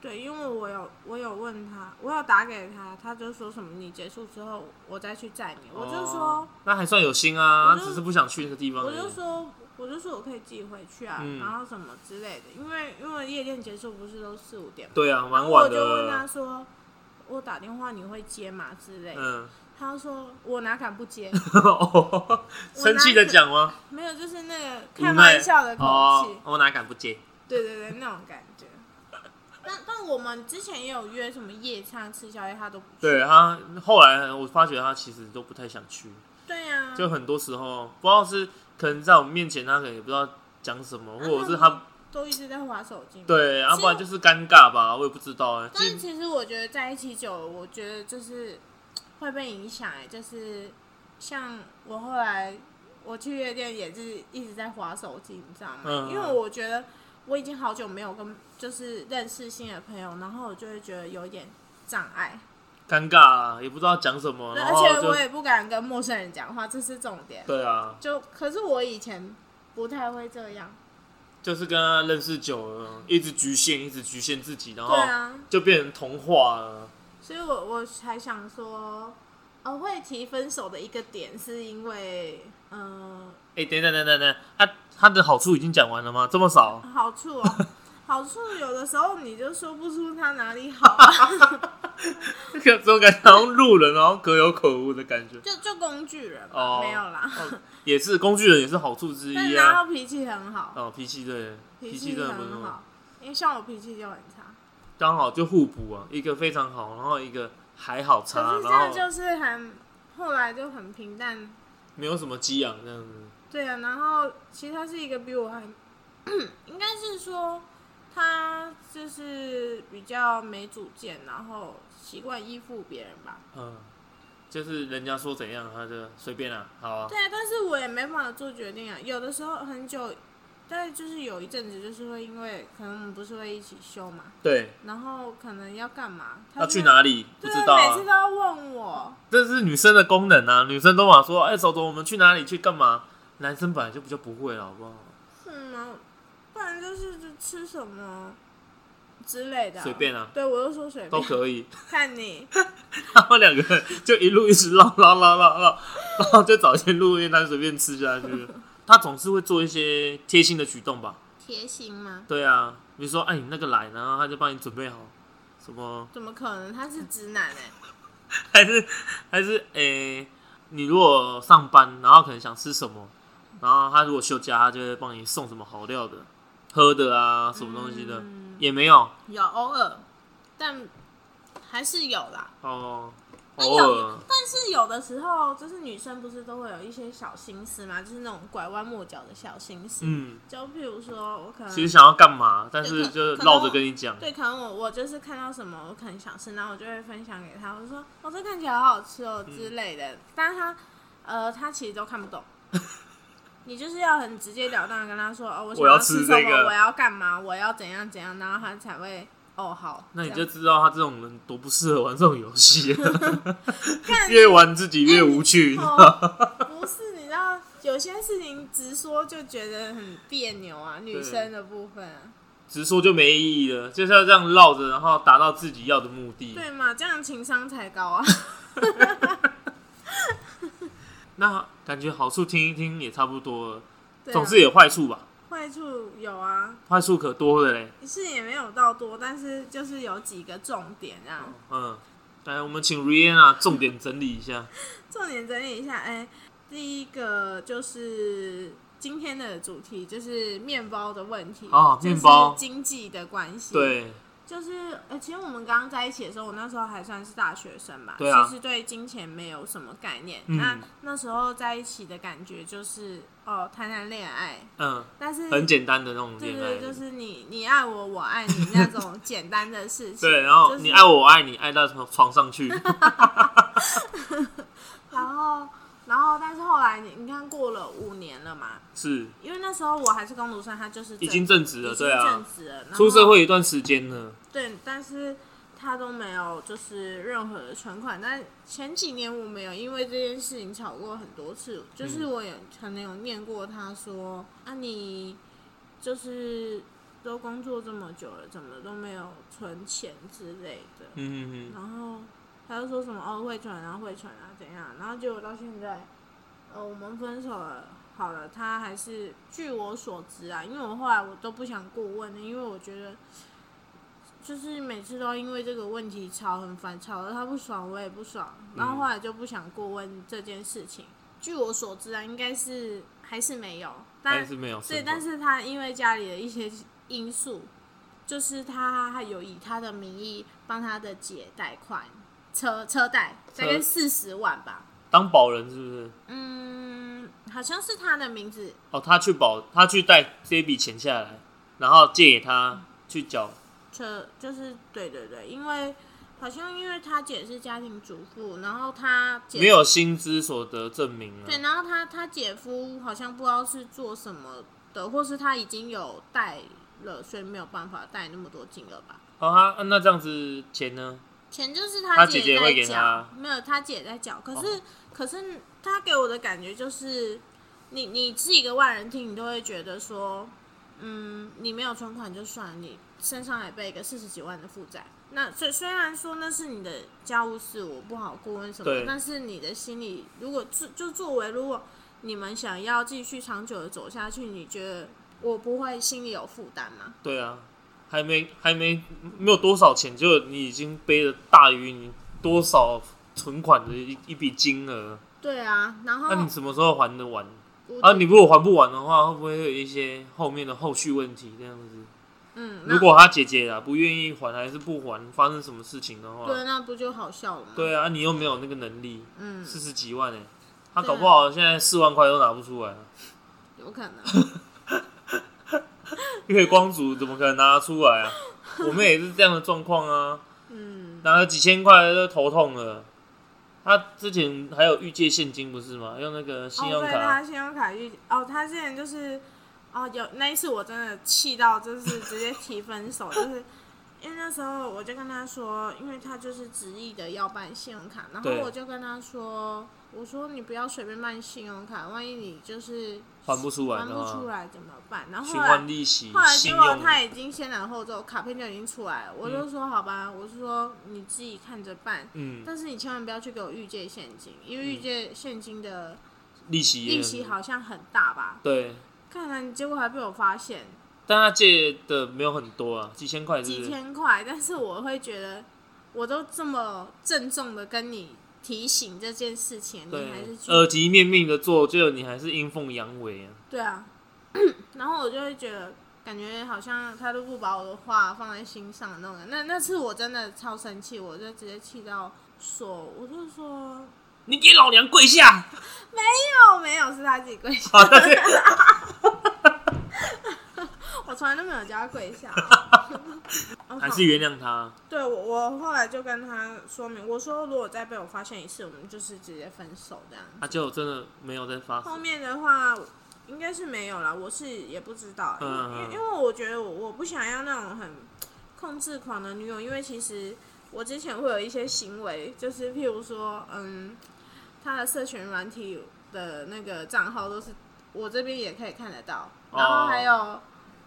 Speaker 2: 对，因为我有我有问他，我有打给他，他就说什么你结束之后我再去载你，我就说
Speaker 1: 哦那还算有心啊，
Speaker 2: 我就
Speaker 1: 他只是不想去那个地方而
Speaker 2: 我
Speaker 1: 已。
Speaker 2: 就说我就说我可以自己回去啊，
Speaker 1: 嗯
Speaker 2: 然后什么之类的，因为因为夜店结束不是都四五点嘛，
Speaker 1: 对啊，
Speaker 2: 然
Speaker 1: 蛮
Speaker 2: 后我
Speaker 1: 晚
Speaker 2: 就问他
Speaker 1: 的。
Speaker 2: 说我打电话你会接吗之类的，
Speaker 1: 嗯，
Speaker 2: 他说我哪敢不接，
Speaker 1: 哦生气的讲吗？
Speaker 2: 没有就是那个
Speaker 1: 无
Speaker 2: 开
Speaker 1: 奈
Speaker 2: 玩笑的口气，
Speaker 1: 哦，我哪敢不接？
Speaker 2: 对对对，那种感觉。但但我们之前也有约什么夜唱、吃宵夜，他都不去。
Speaker 1: 对啊他后来我发觉他其实都不太想去，
Speaker 2: 对呀、啊，
Speaker 1: 就很多时候不知道是可能在我们面前他可能也不知道讲什么，或者是他
Speaker 2: 都一直在划手机。。
Speaker 1: 对，要、不然就是尴尬吧，我也不知道哎、
Speaker 2: 但
Speaker 1: 就是
Speaker 2: 其实我觉得在一起久了，我觉得就是会被影响哎、就是像我后来我去夜店也是一直在划手机，你知道吗？
Speaker 1: 嗯
Speaker 2: 因为我觉得我已经好久没有跟就是认识新的朋友，然后我就会觉得有一点障碍。
Speaker 1: 尴尬啦，也不知道讲什么，然
Speaker 2: 而
Speaker 1: 后
Speaker 2: 且
Speaker 1: 哦就
Speaker 2: 我也不敢跟陌生人讲话，这是重点。
Speaker 1: 对啊，
Speaker 2: 就可是我以前不太会这样，
Speaker 1: 就是跟他认识久了，一直局限，一直局限自己，然后
Speaker 2: 对啊，
Speaker 1: 就变成童话了。
Speaker 2: 所以我我才想说，呃，会提分手的一个点是因为，嗯、
Speaker 1: 哎、等等等等等，啊，他的好处已经讲完了吗？这么少？
Speaker 2: 好处 哦，好处有的时候你就说不出它哪里好 啊、
Speaker 1: 这个这种感觉好像路人，然后可有可无的感觉。
Speaker 2: 就就工具人嘛，
Speaker 1: 哦
Speaker 2: 没有啦。
Speaker 1: 哦也是工具人，也是好处之
Speaker 2: 但
Speaker 1: 一
Speaker 2: 是然
Speaker 1: 啊。
Speaker 2: 后脾气很好，
Speaker 1: 哦，脾气对，
Speaker 2: 脾
Speaker 1: 气
Speaker 2: 气
Speaker 1: 真的不
Speaker 2: 很
Speaker 1: 错
Speaker 2: 好，，因为像我脾气就很差，
Speaker 1: 刚好就互补啊，一个非常好，然后一个还好差，
Speaker 2: 可是这
Speaker 1: 然
Speaker 2: 样
Speaker 1: 后
Speaker 2: 就是很后来就很平淡。
Speaker 1: 没有什么激昂这样子。
Speaker 2: 对啊，然后其实他是一个比我还，应该是说他就是比较没主见，然后习惯依附别人吧。
Speaker 1: 嗯，就是人家说怎样，他就随便啊，好啊。
Speaker 2: 对啊，但是我也没办法做决定啊。有的时候很久，但是就是有一阵子，就是会因为可能我们不是会一起休嘛，
Speaker 1: 对，
Speaker 2: 然后可能要干嘛，他
Speaker 1: 要
Speaker 2: 就
Speaker 1: 去？哪里不
Speaker 2: 对
Speaker 1: 知
Speaker 2: 啊，
Speaker 1: 道
Speaker 2: 每次
Speaker 1: 啊
Speaker 2: 都，要问我。
Speaker 1: 这是女生的功能啊。女生都嘛说，哎、走走，我们去哪里去干嘛？男生本来就比较不会了，好不好？
Speaker 2: 嗯啊，不然就是就吃什么之类的、
Speaker 1: 随便啊。
Speaker 2: 对，我就说随
Speaker 1: 都
Speaker 2: 便。
Speaker 1: 可以。
Speaker 2: 看你，
Speaker 1: 他们两个人就一路一直唠唠唠唠唠，然后就找一些路边摊随便吃下去。他总是会做一些贴心的举动吧？
Speaker 2: 贴心吗？
Speaker 1: 对啊，比如说，哎，你那个来，然后他就帮你准备好什么，
Speaker 2: 怎么可能？他是直男哎、
Speaker 1: 还是还是诶、你如果上班，然后可能想吃什么，然后他如果休假，他就会帮你送什么好料的、喝的啊，什么东西的，
Speaker 2: 嗯
Speaker 1: 也没有
Speaker 2: 有偶尔，但还是有啦。
Speaker 1: 哦，
Speaker 2: 那
Speaker 1: 偶尔嗯
Speaker 2: 哎有，但是有的时候就是女生不是都会有一些小心思嘛，就是那种拐弯抹角的小心思。
Speaker 1: 嗯，
Speaker 2: 就譬如说，我可
Speaker 1: 其实
Speaker 2: 能
Speaker 1: 想要干嘛，但是
Speaker 2: 可
Speaker 1: 就
Speaker 2: 可能
Speaker 1: 绕着
Speaker 2: 我
Speaker 1: 跟你讲，
Speaker 2: 对，可能我我就是看到什么，我可能想吃，然后我就会分享给她，我就说哦，这看起来好好吃哦
Speaker 1: 嗯
Speaker 2: 之类的。但是她呃，她其实都看不 懂。你就是要很直截了当的跟她说哦，我想
Speaker 1: 我要吃
Speaker 2: 吃什么，
Speaker 1: 这个
Speaker 2: 我要干嘛，我要怎样怎样，然后她才会哦好。
Speaker 1: 那你
Speaker 2: 这
Speaker 1: 就
Speaker 2: 样
Speaker 1: 知道他这种人多不适合玩这种游戏了，
Speaker 2: 看
Speaker 1: 越玩自己越无趣。
Speaker 2: 哦，不是，你知道有些事情直说就觉得很别扭啊，女生的部分
Speaker 1: 嗯
Speaker 2: 啊、
Speaker 1: 直说就没意义了，就是要这样绕着，然后达到自己要的目的。
Speaker 2: 对嘛？这样情商才 高啊。
Speaker 1: 那感觉好处听一听也差不多了，
Speaker 2: 对啊
Speaker 1: 总是有坏处吧？
Speaker 2: 坏处有啊，
Speaker 1: 坏处可多了嘞。
Speaker 2: 是也没有到多，但是就是有几个重点这样。
Speaker 1: 嗯，来，我们请 Rihanna 重点整理一下。
Speaker 2: 重点整理一下，哎、第一个就是今天的主题就是面包的问题
Speaker 1: 哦
Speaker 2: 就是
Speaker 1: 面包
Speaker 2: 经济的关系，，
Speaker 1: 对，
Speaker 2: 就是呃，其实我们刚刚在一起的时候，我那时候还算是大学生吧，
Speaker 1: 对啊
Speaker 2: 其实对金钱没有什么概念。
Speaker 1: 嗯
Speaker 2: 那那时候在一起的感觉就是哦，谈谈恋爱，
Speaker 1: 嗯，
Speaker 2: 但是
Speaker 1: 很简单的那种
Speaker 2: 对
Speaker 1: 恋
Speaker 2: 对，
Speaker 1: 爱。
Speaker 2: 就是你你爱我，我爱你那种简单的事情。
Speaker 1: 对，然后
Speaker 2: 就是
Speaker 1: 你爱，我，我爱你，爱到床床上 去。
Speaker 2: 然后然后但是后来你你看过了五年了嘛，
Speaker 1: 是，
Speaker 2: 因为那时候我还是工读生，他就是
Speaker 1: 已
Speaker 2: 正
Speaker 1: 经正直
Speaker 2: 已
Speaker 1: 了，
Speaker 2: 经
Speaker 1: 对啊
Speaker 2: 正，职了，然后
Speaker 1: 出社会一段时间了。
Speaker 2: 对，但是他都没有就是任何的存款。但前几年我们有因为这件事情吵过很多次，
Speaker 1: 嗯
Speaker 2: 就是我也可能有念过他说：“啊，你就是都工作这么久了，怎么都没有存钱之类的。
Speaker 1: 嗯嗯嗯，
Speaker 2: 然后他就说什么“哦，会存啊，会存啊，怎样？”然后结果到现在，呃，我们分手了。好了，他还是据我所知啊，因为我后来我都不想过问了，因为我觉得就是每次都因为这个问题吵很烦，吵得他不爽，我也不爽，然后后来就不想过问这件事情。据我所知啊，应该是还是没有，但
Speaker 1: 但是没有生活。
Speaker 2: 对，但是他因为家里的一些因素，就是他还有以他的名义帮他的姐贷款车车贷，大概
Speaker 1: 车
Speaker 2: 四十万吧。
Speaker 1: 当保人是不是？
Speaker 2: 嗯，好像是他的名字，
Speaker 1: 哦，他去保，他去贷这笔钱下来，然后借给他去缴。
Speaker 2: 车就是对对对，因为好像因为他姐是家庭主妇，然后他姐
Speaker 1: 没有薪资所得证明
Speaker 2: 对，
Speaker 1: 啊。
Speaker 2: 然后他他姐夫好像不知道是做什么的，或是他已经有贷了，所以没有办法贷那么多金额吧。
Speaker 1: 啊好、哦，他那这样子钱呢？
Speaker 2: 钱就是
Speaker 1: 他
Speaker 2: 姐
Speaker 1: 姐姐会给
Speaker 2: 在
Speaker 1: 他哦
Speaker 2: 缴，没有他姐在缴。可是、可是他给我的感觉就是，你你是一个外人听，你都会觉得说，嗯，你没有存款就算了，你身上还背一个四十几万的负债。那虽虽然说那是你的家务事，我不好过问什么
Speaker 1: 对，
Speaker 2: 但是你的心里，如果就就作为如果你们想要继续长久的走下去，你觉得我不会心里有负担吗？
Speaker 1: 对啊，还没还没没有多少钱，就你已经背了大于你多少存款的一一笔金额，
Speaker 2: 对啊，然后
Speaker 1: 那、你什么时候还得完？
Speaker 2: 我
Speaker 1: 啊，你如果还不完的话，会不会有一些后面的后续问题这样子？
Speaker 2: 嗯，那
Speaker 1: 如果他姐姐啊不愿意还还是不还，发生什么事情的话，
Speaker 2: 对，那不就好笑了吗？
Speaker 1: 对啊，你又没有那个能力，
Speaker 2: 嗯，
Speaker 1: 四十几万哎、他
Speaker 2: 对啊
Speaker 1: 搞不好现在四万块都拿不出来，啊
Speaker 2: 有可 能。哦
Speaker 1: 月光族怎么可能拿得出来 啊？我们也是这样的状况啊，
Speaker 2: 嗯，
Speaker 1: 拿了几千块都头痛了。他之前还有预借现金不是吗？用那个信
Speaker 2: 哦，
Speaker 1: 用
Speaker 2: 对，
Speaker 1: 卡，
Speaker 2: 他信用卡预哦，他之前就是哦，有那一次我真的气到，就是直接提 分手，就是因为那时候我就跟他说，因为他就是执意的要办信用卡，然后
Speaker 1: 对
Speaker 2: 我就跟他说，我说你不要随便办信用卡，万一你就是
Speaker 1: 还不出来
Speaker 2: 还
Speaker 1: 的
Speaker 2: 不
Speaker 1: 话，
Speaker 2: 出来怎么办？然后
Speaker 1: 循
Speaker 2: 后来
Speaker 1: 环利息
Speaker 2: 后、来
Speaker 1: 信
Speaker 2: 结果
Speaker 1: 用，
Speaker 2: 他已经先斩后奏，卡片就已经出来了，我就说好吧，我是说你自己看着办。
Speaker 1: 嗯，
Speaker 2: 但是你千万不要去给我预借现金，因为预借现
Speaker 1: 嗯
Speaker 2: 金的
Speaker 1: 利息也
Speaker 2: 利
Speaker 1: 很
Speaker 2: 息好像很大吧？
Speaker 1: 对，
Speaker 2: 看来你结果还被我发现
Speaker 1: 但他借的没有很多啊，几千块是不
Speaker 2: 几
Speaker 1: 是？
Speaker 2: 千块，但是我会觉得，我都这么郑重的跟你提醒这件事情，
Speaker 1: 对呃
Speaker 2: 你还是，去、
Speaker 1: 耳提面命的做，结果你还是阴奉阳违啊。
Speaker 2: 对啊， 然后我就会觉得。感觉好像他都不把我的话放在心上的那种感觉。那那次我真的超生气，我就直接气到说，我就说
Speaker 1: 你给老娘跪下！
Speaker 2: 没有没有，是他自己跪下。
Speaker 1: 啊，但是
Speaker 2: 我从来都没有叫他 跪下。哦
Speaker 1: 还是原谅他。
Speaker 2: 对我，我后来就跟他说明，我说如果再被我发现一次，我们就是直接分手这样。
Speaker 1: 啊，结果真的没有再发
Speaker 2: 后
Speaker 1: 生。
Speaker 2: 面的话应该是没有了，我是也不知道，因为、
Speaker 1: 嗯嗯
Speaker 2: 因为我觉得我我不想要那种很控制狂的女友，因为其实我之前会有一些行为，就是譬如说，嗯，他的社群软体的那个账号都是我这边也可以看得到，然后还有、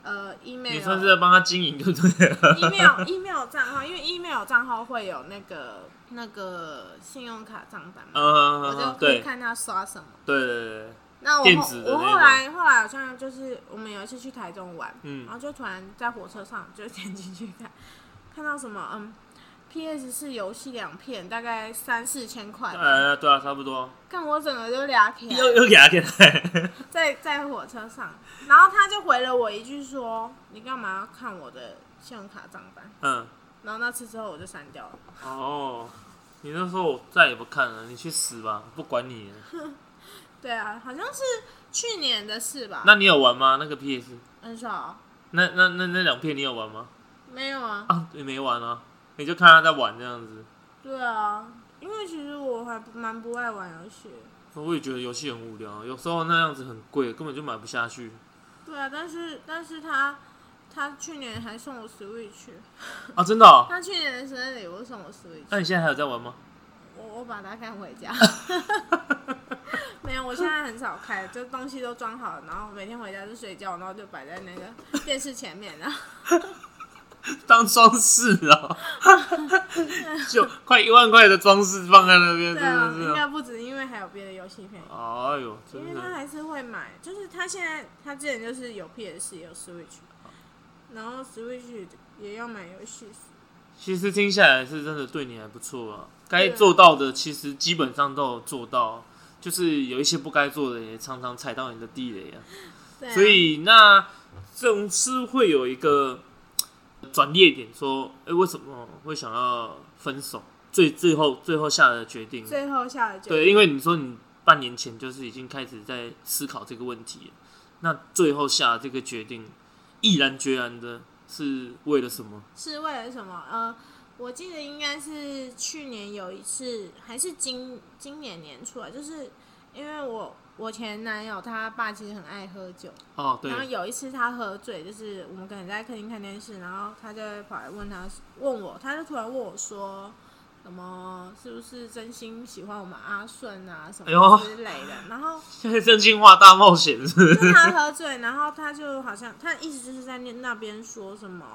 Speaker 2: 呃 email，
Speaker 1: 哦你算是在帮他经营，对不 对了？
Speaker 2: email email 账号，因为 email 账号会有那个那个信用卡账单嘛，我就
Speaker 1: 嗯，
Speaker 2: 可以
Speaker 1: 对
Speaker 2: 看他刷什么。
Speaker 1: 对对对，
Speaker 2: 那我
Speaker 1: 电
Speaker 2: 后
Speaker 1: 子的
Speaker 2: 我
Speaker 1: 那
Speaker 2: 后来后来好像就是我们有一次去台中玩，然后
Speaker 1: 嗯，
Speaker 2: 就突然在火车上就 点进去看，看到什么嗯，PS 是游戏两片，大概三四千块吧，
Speaker 1: 呃，对啊，差不多，
Speaker 2: 看我整个就俩起来
Speaker 1: 又又给他给他，
Speaker 2: 在在火车上，然后他就回了我一句说：“你干嘛要看我的信用卡账单
Speaker 1: 嗯，？”
Speaker 2: 然后那次之后我就删掉了。
Speaker 1: 哦，你那时候我再也不看了，你去死吧，不管你了。
Speaker 2: 对啊，好像是去年的事吧？
Speaker 1: 那你有玩吗？那个 PS，
Speaker 2: 很少啊、
Speaker 1: 那那那那两片你有玩吗？
Speaker 2: 没有啊。
Speaker 1: 啊，你没玩啊，你就看他在玩这样子。
Speaker 2: 对啊，因为其实我还不蛮不爱玩游戏的。
Speaker 1: 我也觉得游戏很无聊，有时候那样子很贵，根本就买不下去。
Speaker 2: 对啊，但是但是他他去年还送我 Switch，
Speaker 1: 啊，真的、 哦？
Speaker 2: 他去年的生日礼物送我 Switch，
Speaker 1: 那你现在还有在玩吗？
Speaker 2: 我我把它赶回 家。没有，我现在很少开，就东西都装好了，然后每天回家就睡觉，然后就摆在那个电视前面，然后
Speaker 1: 当装饰啊， 就快一万块的装饰放在那边，
Speaker 2: 对
Speaker 1: 真
Speaker 2: 啊，
Speaker 1: 的
Speaker 2: 应
Speaker 1: 是
Speaker 2: 该不止，因为还有别的游戏可以
Speaker 1: 啊，哎呦，
Speaker 2: 因为
Speaker 1: 真
Speaker 2: 他
Speaker 1: 的，
Speaker 2: 还是会买，就是他现在他之前就是有 PS 有 Switch，然后 Switch 也要买游戏，
Speaker 1: 其实听下来是真的对你还不错啊，该做到的其实基本上都有做到，就是有一些不该做的也常常踩到你的地雷啊，
Speaker 2: 对啊、
Speaker 1: 所以那总是会有一个呃转捩点，说，哎、为什么会想要分手？最最后最后下的决定，
Speaker 2: 最后下了决
Speaker 1: 对，因为你说你半年前就是已经开始在思考这个问题了，那最后下这个决定，毅然决然的是为了什么？
Speaker 2: 是为了什么？呃，我记得应该是去年有一次，还是今今年年初啊，就是因为我我前男友他爸其实很爱喝酒，
Speaker 1: 哦，对
Speaker 2: 然，后有一次他喝醉，就是我们可能在客厅看电视，然后他就会跑来问他，问我，他就突然问我说：“是不是真心喜欢我们阿顺啊什
Speaker 1: 哎呦
Speaker 2: 么之类的，然后
Speaker 1: 现在 真心话大冒险是不是
Speaker 2: 跟他喝醉，然后他就好像他一直就是在那那边说什么，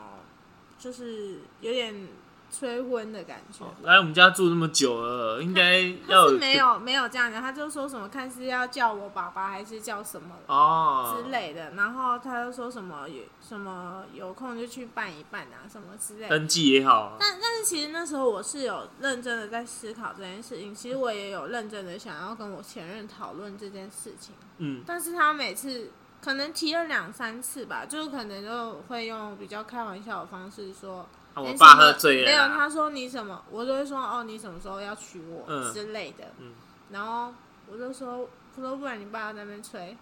Speaker 2: 就是有点催婚的感觉。
Speaker 1: 来我们家住那么久了，应该
Speaker 2: 他
Speaker 1: 哦要
Speaker 2: 是没有没有这样的，他就说什么看是要叫我爸爸还是叫什么
Speaker 1: 哦
Speaker 2: 之类的，然后他就说什么有什么有空就去办一办啊什么之类的。
Speaker 1: 登记也好，啊
Speaker 2: 但但是其实那时候我是有认真的在思考这件事情，其实我也有认真的想要跟我前任讨论这件事情，
Speaker 1: 嗯，
Speaker 2: 但是他每次可能提了两三次吧，就是可能就会用比较开玩笑的方式说，
Speaker 1: 啊
Speaker 2: 诶
Speaker 1: 我
Speaker 2: 哎什
Speaker 1: 爸
Speaker 2: 么
Speaker 1: 喝醉
Speaker 2: 没有，
Speaker 1: 了啦，
Speaker 2: 他说你什么，我都会说哦，你什么时候要娶我、
Speaker 1: 嗯
Speaker 2: 之类的，
Speaker 1: 嗯
Speaker 2: 然后我就说，我说不然你爸要在那边吹。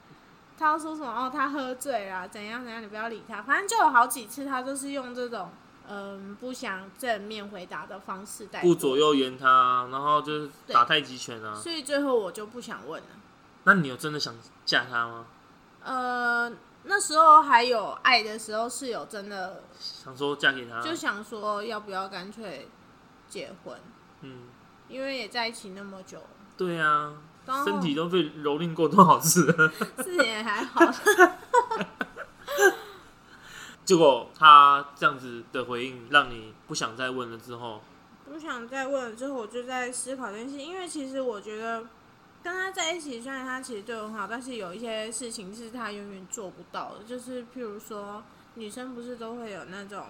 Speaker 2: 他说什么？哦，他喝醉啦，怎样怎样，你不要理他。反正就有好几次，他就是用这种嗯不想正面回答的方式带
Speaker 1: 不
Speaker 2: 过
Speaker 1: 左，右言他，然后就是
Speaker 2: 对
Speaker 1: 打太极拳啊。
Speaker 2: 所以最后我就不想问了。
Speaker 1: 那你有真的想嫁他吗？
Speaker 2: 呃，那时候还有爱的时候是有真的
Speaker 1: 想说嫁给他？
Speaker 2: 就想说要不要干脆结婚，
Speaker 1: 嗯，
Speaker 2: 因为也在一起那么久，
Speaker 1: 对啊，
Speaker 2: 然后
Speaker 1: 身体都被蹂躏过多少次了？
Speaker 2: 四年还好。
Speaker 1: 结果他这样子的回应，让你不想再问了之后，
Speaker 2: 我想再问了之后，我就在思考这件事，因为其实我觉得跟他在一起，虽然他其实对我很好，但是有一些事情是他永远做不到的，就是譬如说，女生不是都会有那种，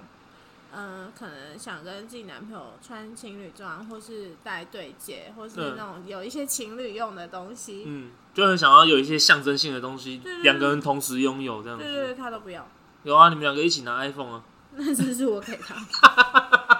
Speaker 2: 嗯、可能想跟自己男朋友穿情侣装，或是戴对戒，或是
Speaker 1: 嗯
Speaker 2: 那种有一些情侣用的东西，
Speaker 1: 嗯，就很想要有一些象征性的东西
Speaker 2: 对，对
Speaker 1: 两个人同时拥有这样
Speaker 2: 对对
Speaker 1: 子。
Speaker 2: 对，他都不要，
Speaker 1: 有啊，你们两个一起拿 iPhone 啊。
Speaker 2: 那只 是我给他。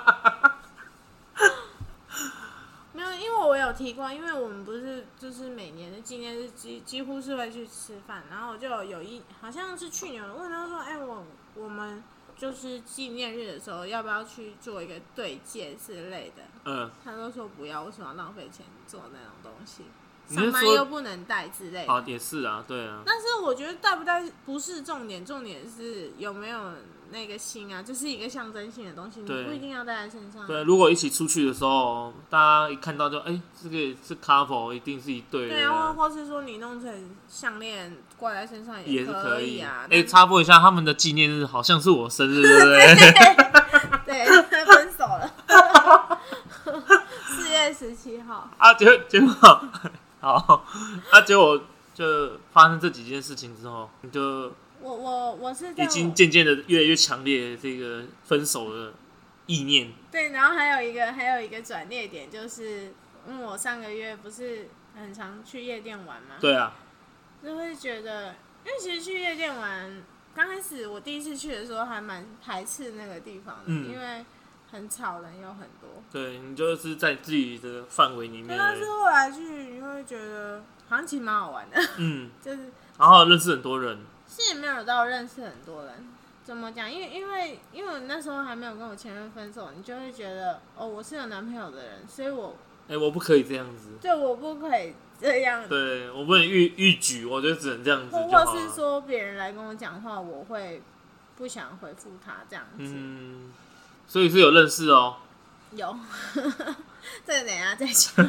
Speaker 2: 没有，因为我有提过，因为我们不是就是每年的纪念日几几乎是会去吃饭，然后我就有一好像是去年我问他说，哎、我我们就是纪念日的时候要不要去做一个对戒之类的，
Speaker 1: 嗯，
Speaker 2: 他都说不要，为什么要浪费钱做那种东西？
Speaker 1: 你是
Speaker 2: 上班
Speaker 1: 说
Speaker 2: 又不能带之类的。
Speaker 1: 啊，也是啊，对啊，
Speaker 2: 但是我觉得带不带不是重点，重点是有没有那个心啊，就是一个象征性的东西，
Speaker 1: 对
Speaker 2: 你不一定要带在身上。啊
Speaker 1: 对。如果一起出去的时候，大家一看到就哎、这个是 couple，一定是一对的。
Speaker 2: 对啊，或或是说你弄成项链挂在身上
Speaker 1: 也是
Speaker 2: 可
Speaker 1: 以
Speaker 2: 啊。
Speaker 1: 哎、
Speaker 2: 但
Speaker 1: 插播一下，他们的纪念日好像是我生日，对不 对？
Speaker 2: 对， 分手了。四月十七号，
Speaker 1: 啊，结结果 好，啊，结果就发生这几件事情之后，你就
Speaker 2: 我我我是在
Speaker 1: 已经
Speaker 2: 我
Speaker 1: 渐渐的越来越强烈的这个分手的意念。
Speaker 2: 对，然后还有一个还有一个转捩点就是，嗯，我上个月不是很常去夜店玩吗？
Speaker 1: 对啊，
Speaker 2: 就会觉得，因为其实去夜店玩，刚开始我第一次去的时候还蛮排斥那个地方的，
Speaker 1: 嗯
Speaker 2: 因为很吵，人又很多。
Speaker 1: 对你就是在自己的范围里面，
Speaker 2: 但啊是后来去，你会觉得好像其实蛮好玩的，
Speaker 1: 嗯，
Speaker 2: 就是
Speaker 1: 然后认识很多人，
Speaker 2: 是也没有到认识很多人。怎么讲？因为因为因为我那时候还没有跟我前任分手，你就会觉得哦，我是有男朋友的人，所以我
Speaker 1: 哎、我不可以这样子，
Speaker 2: 对我不可以这样，
Speaker 1: 对我不能逾逾矩，我就只能这样子
Speaker 2: 或
Speaker 1: 就好
Speaker 2: 或是
Speaker 1: 了。
Speaker 2: 说别人来跟我讲话，我会不想回复他这样子。
Speaker 1: 嗯，所以是有认识哦。
Speaker 2: 有， 这个等一下再讲。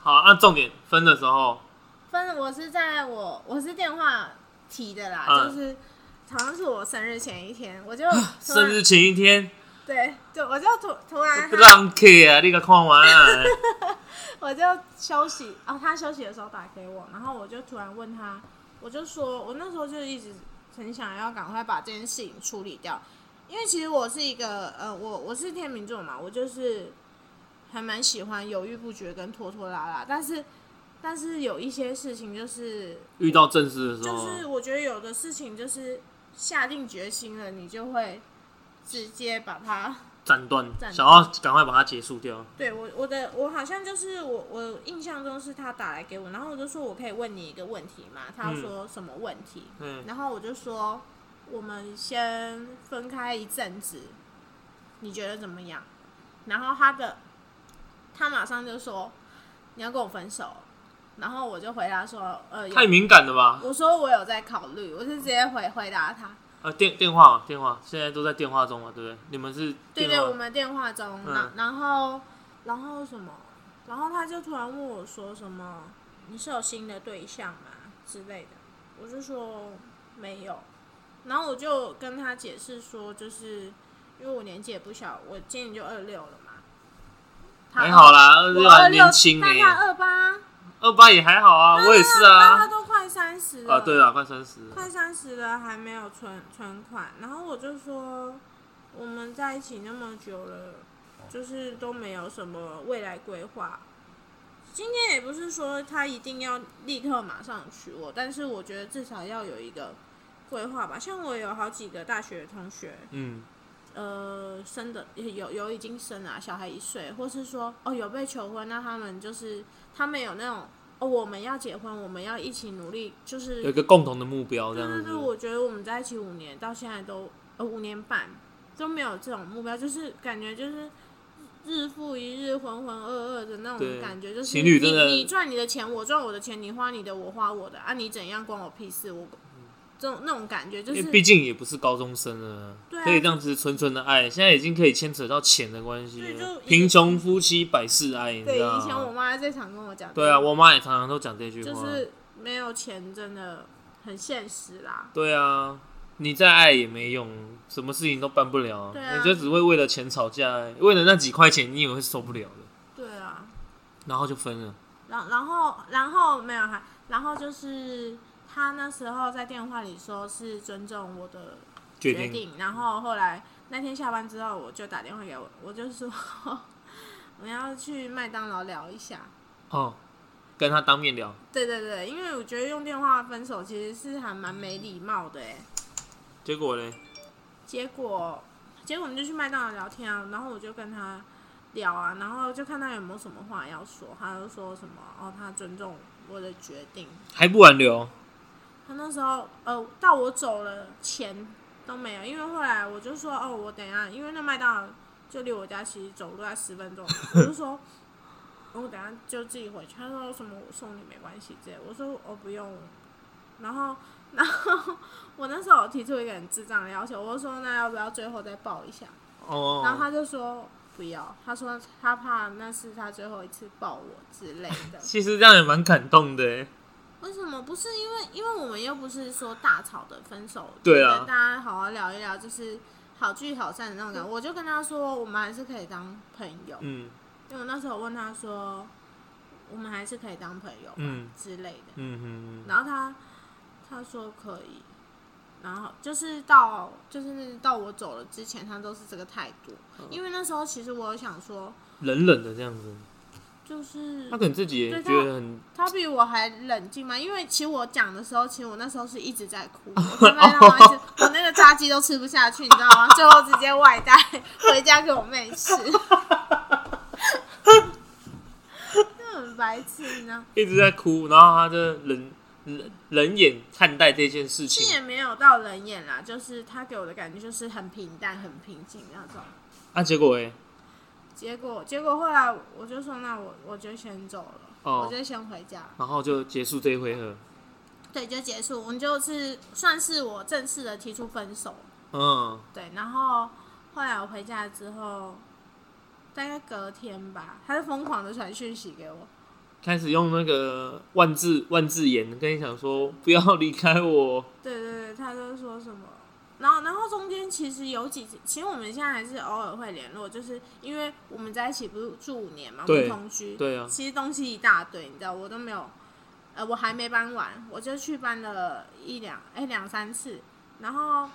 Speaker 1: 好，按、重点分的时候，
Speaker 2: 反正我是在我我是电话提的啦，
Speaker 1: 嗯啊
Speaker 2: 就是好像是我生日前一天，我就突
Speaker 1: 生
Speaker 2: 然
Speaker 1: 日前哦一天，
Speaker 2: 对，就我就突突然他
Speaker 1: 浪 K 啊，你个看 完啊，
Speaker 2: 我就休息哦，他休息的时候打给我，然后我就突然问他，我就说我那时候就一直很想要赶快把这件事情处理掉，因为其实我是一个呃，我我是天秤座嘛，我就是还蛮喜欢犹豫不决跟拖拖拉拉，但是但是有一些事情就是
Speaker 1: 遇到正事的时
Speaker 2: 就
Speaker 1: 候，
Speaker 2: 是我觉得有的事情就是下定决心了，你就会直接把它。
Speaker 1: 斩断，
Speaker 2: 断
Speaker 1: 想要赶快把它结束掉。
Speaker 2: 对我我的我好像就是我我印象中是他打来给我，然后我就说我可以问你一个问题嘛，他说什么问题，
Speaker 1: 嗯，
Speaker 2: 然后我就说我们先分开一阵子，你觉得怎么样？然后他的他马上就说你要跟我分手，然后我就回答说呃有
Speaker 1: 太敏感了吧？
Speaker 2: 我说我有在考虑，我是直接回回答他。
Speaker 1: 呃，电电话嘛，电话，现在都在电话中嘛，对不对？你们是
Speaker 2: 对
Speaker 1: 电
Speaker 2: 对，
Speaker 1: 话
Speaker 2: 我们电话中，
Speaker 1: 嗯
Speaker 2: 然、然后然后什么？然后他就突然问我说什么？你是有新的对象吗？之类的。我就说没有，然后我就跟他解释说，就是因为我年纪也不小，我今年就二六了嘛。他
Speaker 1: 还好，啦，二六
Speaker 2: 我二
Speaker 1: 还
Speaker 2: 六
Speaker 1: 年，轻呢、
Speaker 2: 但他二八，
Speaker 1: 二八也还好啊，我也是
Speaker 2: 但他
Speaker 1: 啊。
Speaker 2: 都快三十了。
Speaker 1: 啊，对了，快三十了，
Speaker 2: 快三十了还没有存存款，然后我就说我们在一起那么久了，就是都没有什么未来规划。今天也不是说他一定要立刻马上娶我，但是我觉得至少要有一个规划吧。像我有好几个大学同学，
Speaker 1: 嗯，
Speaker 2: 呃，生的有有已经生了啊、小孩一岁，或是说哦有被求婚，那他们就是他们有那种哦我们要结婚，我们要一起努力，就是
Speaker 1: 有一个共同的目标这
Speaker 2: 对
Speaker 1: 样
Speaker 2: 对
Speaker 1: 子。
Speaker 2: 对，我觉得我们在一起五年，到现在都呃五年半都没有这种目标，就是感觉就是日复一日、浑浑噩噩的那
Speaker 1: 对
Speaker 2: 种感觉，就是
Speaker 1: 情侣真的
Speaker 2: 你你赚你的钱，我赚我的钱，你花你的，我花我的啊，你怎样关我屁事？我这种那种感觉就
Speaker 1: 因
Speaker 2: 是
Speaker 1: 为毕竟也不是高中生了，
Speaker 2: 对啊
Speaker 1: 可以这样子纯纯的爱，现在已经可以牵扯到钱的关系
Speaker 2: 对
Speaker 1: 了
Speaker 2: 就。
Speaker 1: 贫穷夫妻百事哀，你
Speaker 2: 对。
Speaker 1: 知道
Speaker 2: 以前我
Speaker 1: 吗？
Speaker 2: 妈最常跟我讲，
Speaker 1: 对啊，我妈也常常都讲这句
Speaker 2: 就
Speaker 1: 话。
Speaker 2: 是没有钱真的很现实啦。
Speaker 1: 对啊，你再爱也没用，什么事情都办不了、
Speaker 2: 对啊
Speaker 1: 你就只会为了钱吵架、为了那几块钱，你也会受不了的，
Speaker 2: 对啊，
Speaker 1: 然后就分了。
Speaker 2: 然然后然后没有还，然后就是他那时候在电话里说是尊重我的
Speaker 1: 决
Speaker 2: 定，然后后来那天下班之后，我就打电话给我，我就说 我要去麦当劳聊一下。
Speaker 1: 哦，跟他当面聊，
Speaker 2: 对对对，因为我觉得用电话分手其实是还蛮没礼貌的哎。
Speaker 1: 结果嘞，
Speaker 2: 结果结果我们就去麦当劳聊天啊，然后我就跟他聊啊，然后就看他有没有什么话要说，他就说什么哦，他尊重我的决定，
Speaker 1: 还不挽留，
Speaker 2: 他那时候呃，到我走了钱都没有，因为后来我就说哦，我等一下，因为那麦当劳就离我家其实走路在十分钟，我就说。我等一下就自己回去。他说什么我送你没关系之类的，我说我不用。然后，然后我那时候有提出一个很智障的要求，我就说那要不要最后再抱一下？然后
Speaker 1: 哦，
Speaker 2: 他就说不要，他说他怕那是他最后一次抱我之类的。
Speaker 1: 其实这样也蛮感动的欸耶，
Speaker 2: 为什么不是？因为因为我们又不是说大吵的分手，
Speaker 1: 对啊
Speaker 2: 觉得大家好好聊一聊，就是好聚好散的那种感觉。我就跟他说，我们还是可以当朋友，
Speaker 1: 嗯
Speaker 2: 因为我那时候问他说，我们还是可以当朋友吧、
Speaker 1: 嗯
Speaker 2: 之类的，
Speaker 1: 嗯嗯嗯，
Speaker 2: 然后他他说可以，然后就是到就是到我走了之前，他都是这个态度。
Speaker 1: 嗯
Speaker 2: 因为那时候其实我有想说，
Speaker 1: 冷冷的这样子，
Speaker 2: 就是
Speaker 1: 他可能自己也
Speaker 2: 对
Speaker 1: 觉
Speaker 2: 他
Speaker 1: 得很，
Speaker 2: 他比我还冷静吗？因为其实我讲的时候，其实我那时候是一直在哭，我在麦当劳一直我那个炸鸡都吃不下去，你知道吗？最后直接外带回家给我妹吃，那很白痴，你知道吗？
Speaker 1: 一直在哭，然后他就冷冷冷眼看待这件事
Speaker 2: 其实也
Speaker 1: 情，
Speaker 2: 没有到冷眼啦，就是他给我的感觉就是很平淡、很平静那种。
Speaker 1: 啊，结果哎，
Speaker 2: 结果结果后来我就说，那我我就先走了，
Speaker 1: 哦
Speaker 2: 我就先回家。
Speaker 1: 然后就结束这一回合，
Speaker 2: 对，就结束，我们就是算是我正式的提出分手。
Speaker 1: 嗯，
Speaker 2: 对，然后后来我回家之后，大概隔天吧，他就疯狂的传讯息给我，
Speaker 1: 开始用那个万字万字眼跟你讲说不要离开我，
Speaker 2: 对对对，他就说什么，然后然后中间其实有几次，其实我们现在还是偶尔会联络，就是因为我们在一起不是住五年嘛，我
Speaker 1: 对
Speaker 2: 们同居，
Speaker 1: 对啊
Speaker 2: 其实东西一大堆，你知道，我都没有，呃，我还没搬完，我就去搬了一两，哎，两三次，然后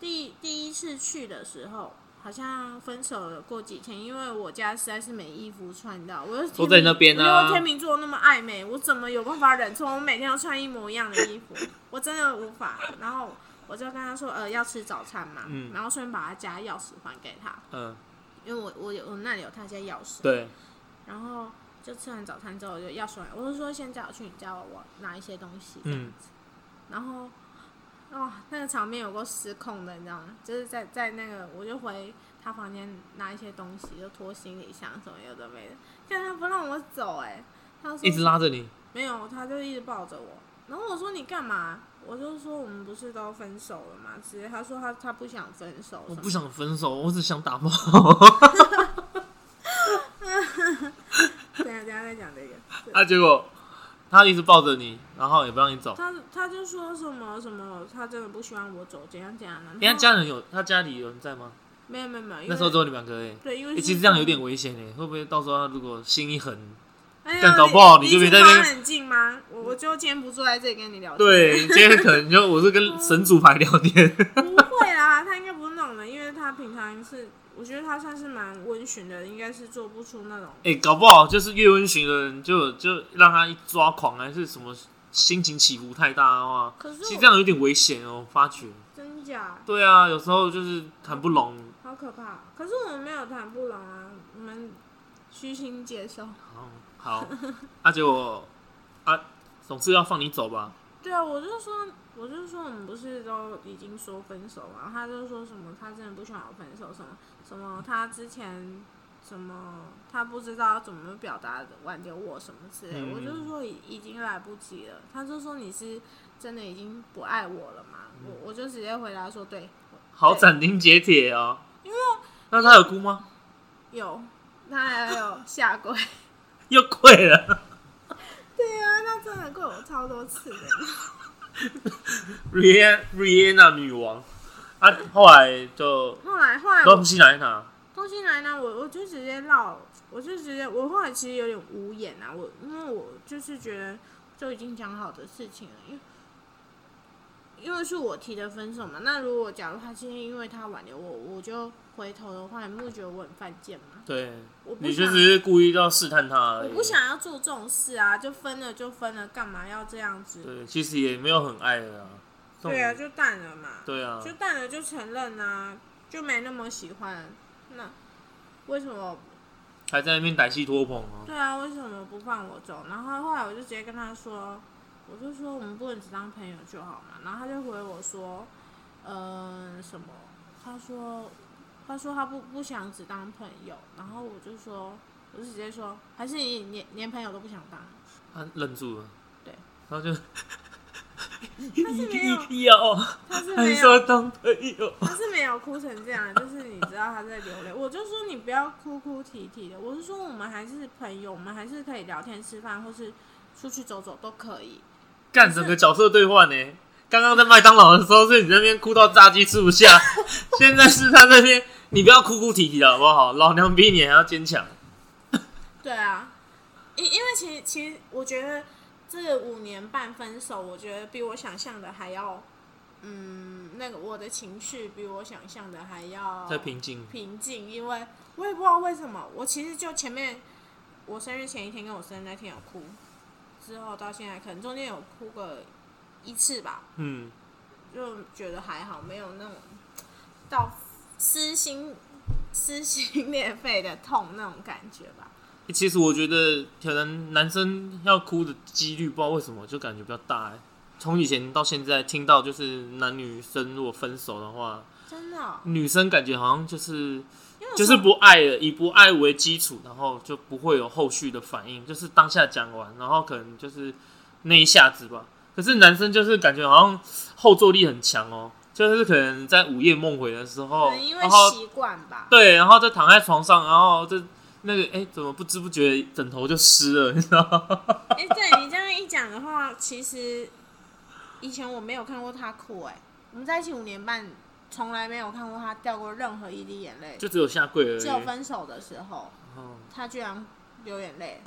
Speaker 2: 第第一次去的时候。好像分手了过几天，因为我家实在是没衣服穿到，我又是
Speaker 1: 都
Speaker 2: 天
Speaker 1: 在
Speaker 2: 秤
Speaker 1: 那边啊
Speaker 2: 我又天秤座那么爱美，我怎么有办法忍受我每天要穿一模一样的衣 服？我真的无法。然后我就跟他说，呃，要吃早餐嘛，
Speaker 1: 嗯
Speaker 2: 然后顺便把他家钥匙还给他，
Speaker 1: 嗯，
Speaker 2: 因为我我有我那里有他家钥匙。
Speaker 1: 对，
Speaker 2: 然后就吃完早餐之后，我就要出来，我就说现在我去你家，我拿一些东西。
Speaker 1: 嗯，
Speaker 2: 然后，哇，那个场面有够失控的，你知道吗？就是在在那个，我就回他房间拿一些东西，就拖行李箱什么有的没的，但他不让我走、哎，他说
Speaker 1: 一直拉着你，
Speaker 2: 没有，他就一直抱着我，然后我说你干嘛？我就说我们不是都分手了嘛，只是他说他他不想分手，
Speaker 1: 我不，想分手，我只想打炮。
Speaker 2: 等一下等一下再讲这个。对
Speaker 1: 啊，结果他一直抱着你，然后也不让你走。哎
Speaker 2: 他他就说什么什么，他真的不希望我走，怎样怎样
Speaker 1: 人
Speaker 2: 的。
Speaker 1: 家
Speaker 2: 然后
Speaker 1: 家人有，他家里有人在吗？
Speaker 2: 没有没有没有，因为
Speaker 1: 那时候只有你们两个哎、
Speaker 2: 对，因为
Speaker 1: 欸
Speaker 2: 是
Speaker 1: 其实这样有点危险哎、会不会到时候他如果心一狠，
Speaker 2: 哎呀
Speaker 1: 但搞不好
Speaker 2: 你
Speaker 1: 你就
Speaker 2: 离
Speaker 1: 没
Speaker 2: 出
Speaker 1: 在那
Speaker 2: 花
Speaker 1: 边
Speaker 2: 很近吗？我我就今天不坐在这里跟你聊天。
Speaker 1: 对，今天可能就我是跟神主牌聊天。
Speaker 2: 不会啦，他应该不是那种人，因为他平常是，我觉得他算是蛮温驯的，应该是做不出那种。
Speaker 1: 哎、搞不好就是越温驯的人就，就让他一抓狂，还是什么心情起伏太大的话，
Speaker 2: 可是
Speaker 1: 其实
Speaker 2: 我
Speaker 1: 这样有点危险哦、发觉。
Speaker 2: 真假
Speaker 1: 对啊，有时候就是谈不拢。
Speaker 2: 好可怕，可是我们没有谈不拢啊，我们虚心接受。
Speaker 1: 好，嗯好，啊，结果啊，总是要放你走吧？
Speaker 2: 对啊，我就说，我就说，我们不是都已经说分手嘛？他就说什么，他真的不喜欢我分手，什么什么，他之前什么，他不知道怎么表达挽留我什么之类。
Speaker 1: 嗯
Speaker 2: 我就说已已经来不及了。他就说你是真的已经不爱我了嘛？我我就直接回答说对，
Speaker 1: 好斩钉截铁哦。那他有哭吗？
Speaker 2: 有，他还有下跪。
Speaker 1: 又跪了
Speaker 2: 对啊，他真的跪我超多次的。
Speaker 1: ，Rihanna Rihanna 女王啊，后来就
Speaker 2: 后来后来我
Speaker 1: 东西来拿，
Speaker 2: 东西来呢，啊我我就直接绕，我就直接，我后来其实有点无言啊，我因为我就是觉得就已经讲好的事情了，因为因为是我提的分手嘛，那如果假如他今天因为他挽留我，我就回头的话，你不会觉得我很犯贱吗？
Speaker 1: 对，
Speaker 2: 我不
Speaker 1: 你就
Speaker 2: 想，
Speaker 1: 只是故意要试探他而
Speaker 2: 我
Speaker 1: 已。
Speaker 2: 不想要做这种事啊，就分了就分了，干嘛要这样子？
Speaker 1: 对，其实也没有很爱了啊。这种
Speaker 2: 对啊，就淡了嘛，
Speaker 1: 对啊，
Speaker 2: 就淡了就承认啊，就没那么喜欢，那为什么
Speaker 1: 还在那边歹戏拖棚啊。
Speaker 2: 对啊，为什么不放我走？然后后来我就直接跟他说，我就说我们不能只当朋友就好嘛。然后他就回我说，嗯、什么？他说，他说他不不想只当朋友。然后我就说，我就直接说，还是你连连朋友都不想当？
Speaker 1: 他愣住了，
Speaker 2: 对，
Speaker 1: 然后 就，
Speaker 2: 是没有
Speaker 1: 一要
Speaker 2: 他是
Speaker 1: 还
Speaker 2: 没
Speaker 1: 说
Speaker 2: 有，
Speaker 1: 当朋友，
Speaker 2: 他是没有哭成这样，就是你知道他在流泪。我就说你不要哭哭啼啼的，我是说我们还是朋友，我们还是可以聊天、吃饭，或是出去走走都可以。
Speaker 1: 干整个角色兑换呢。刚刚在麦当劳的时候是你那边哭到炸鸡吃不 下，现在是他那边，你不要哭哭啼啼了好不好？老娘比你还要坚强。
Speaker 2: 对啊，因因为其实其实我觉得这五年半分手，我觉得比我想象的还要，嗯，那个我的情绪比我想象的还要
Speaker 1: 再平静，
Speaker 2: 哦平静，因为我也不知道为什么，我其实就前面我生日前一天跟我生日那天有哭，之后到现在可能中间有哭个一次吧，
Speaker 1: 嗯，
Speaker 2: 就觉得还好，没有那种到撕心撕心裂肺的痛那种感觉吧。
Speaker 1: 欸其实我觉得可能男生要哭的几率，不知道为什么就感觉比较大哎、从以前到现在，听到就是男女生如果分手的话，
Speaker 2: 真的哦、
Speaker 1: 女生感觉好像就是
Speaker 2: 因为我
Speaker 1: 就是
Speaker 2: 说
Speaker 1: 不爱了，以不爱为基础，然后就不会有后续的反应，就是当下讲完，然后可能就是那一下子吧。可是男生就是感觉好像后坐力很强哦，就是可能在午夜梦回的时候
Speaker 2: 可能因，为
Speaker 1: 哦然后
Speaker 2: 习惯吧。
Speaker 1: 对，然后再躺在床上，然后这那个哎、诶怎么不知不觉枕头就湿了，你知道吗？
Speaker 2: 哎、对你这样一讲的话，其实以前我没有看过他哭、哎，我们在一起五年半，从来没有看过他掉过任何一滴眼泪，
Speaker 1: 就只有下跪而已。
Speaker 2: 只有分手的时候，
Speaker 1: 哦
Speaker 2: 他居然流眼泪。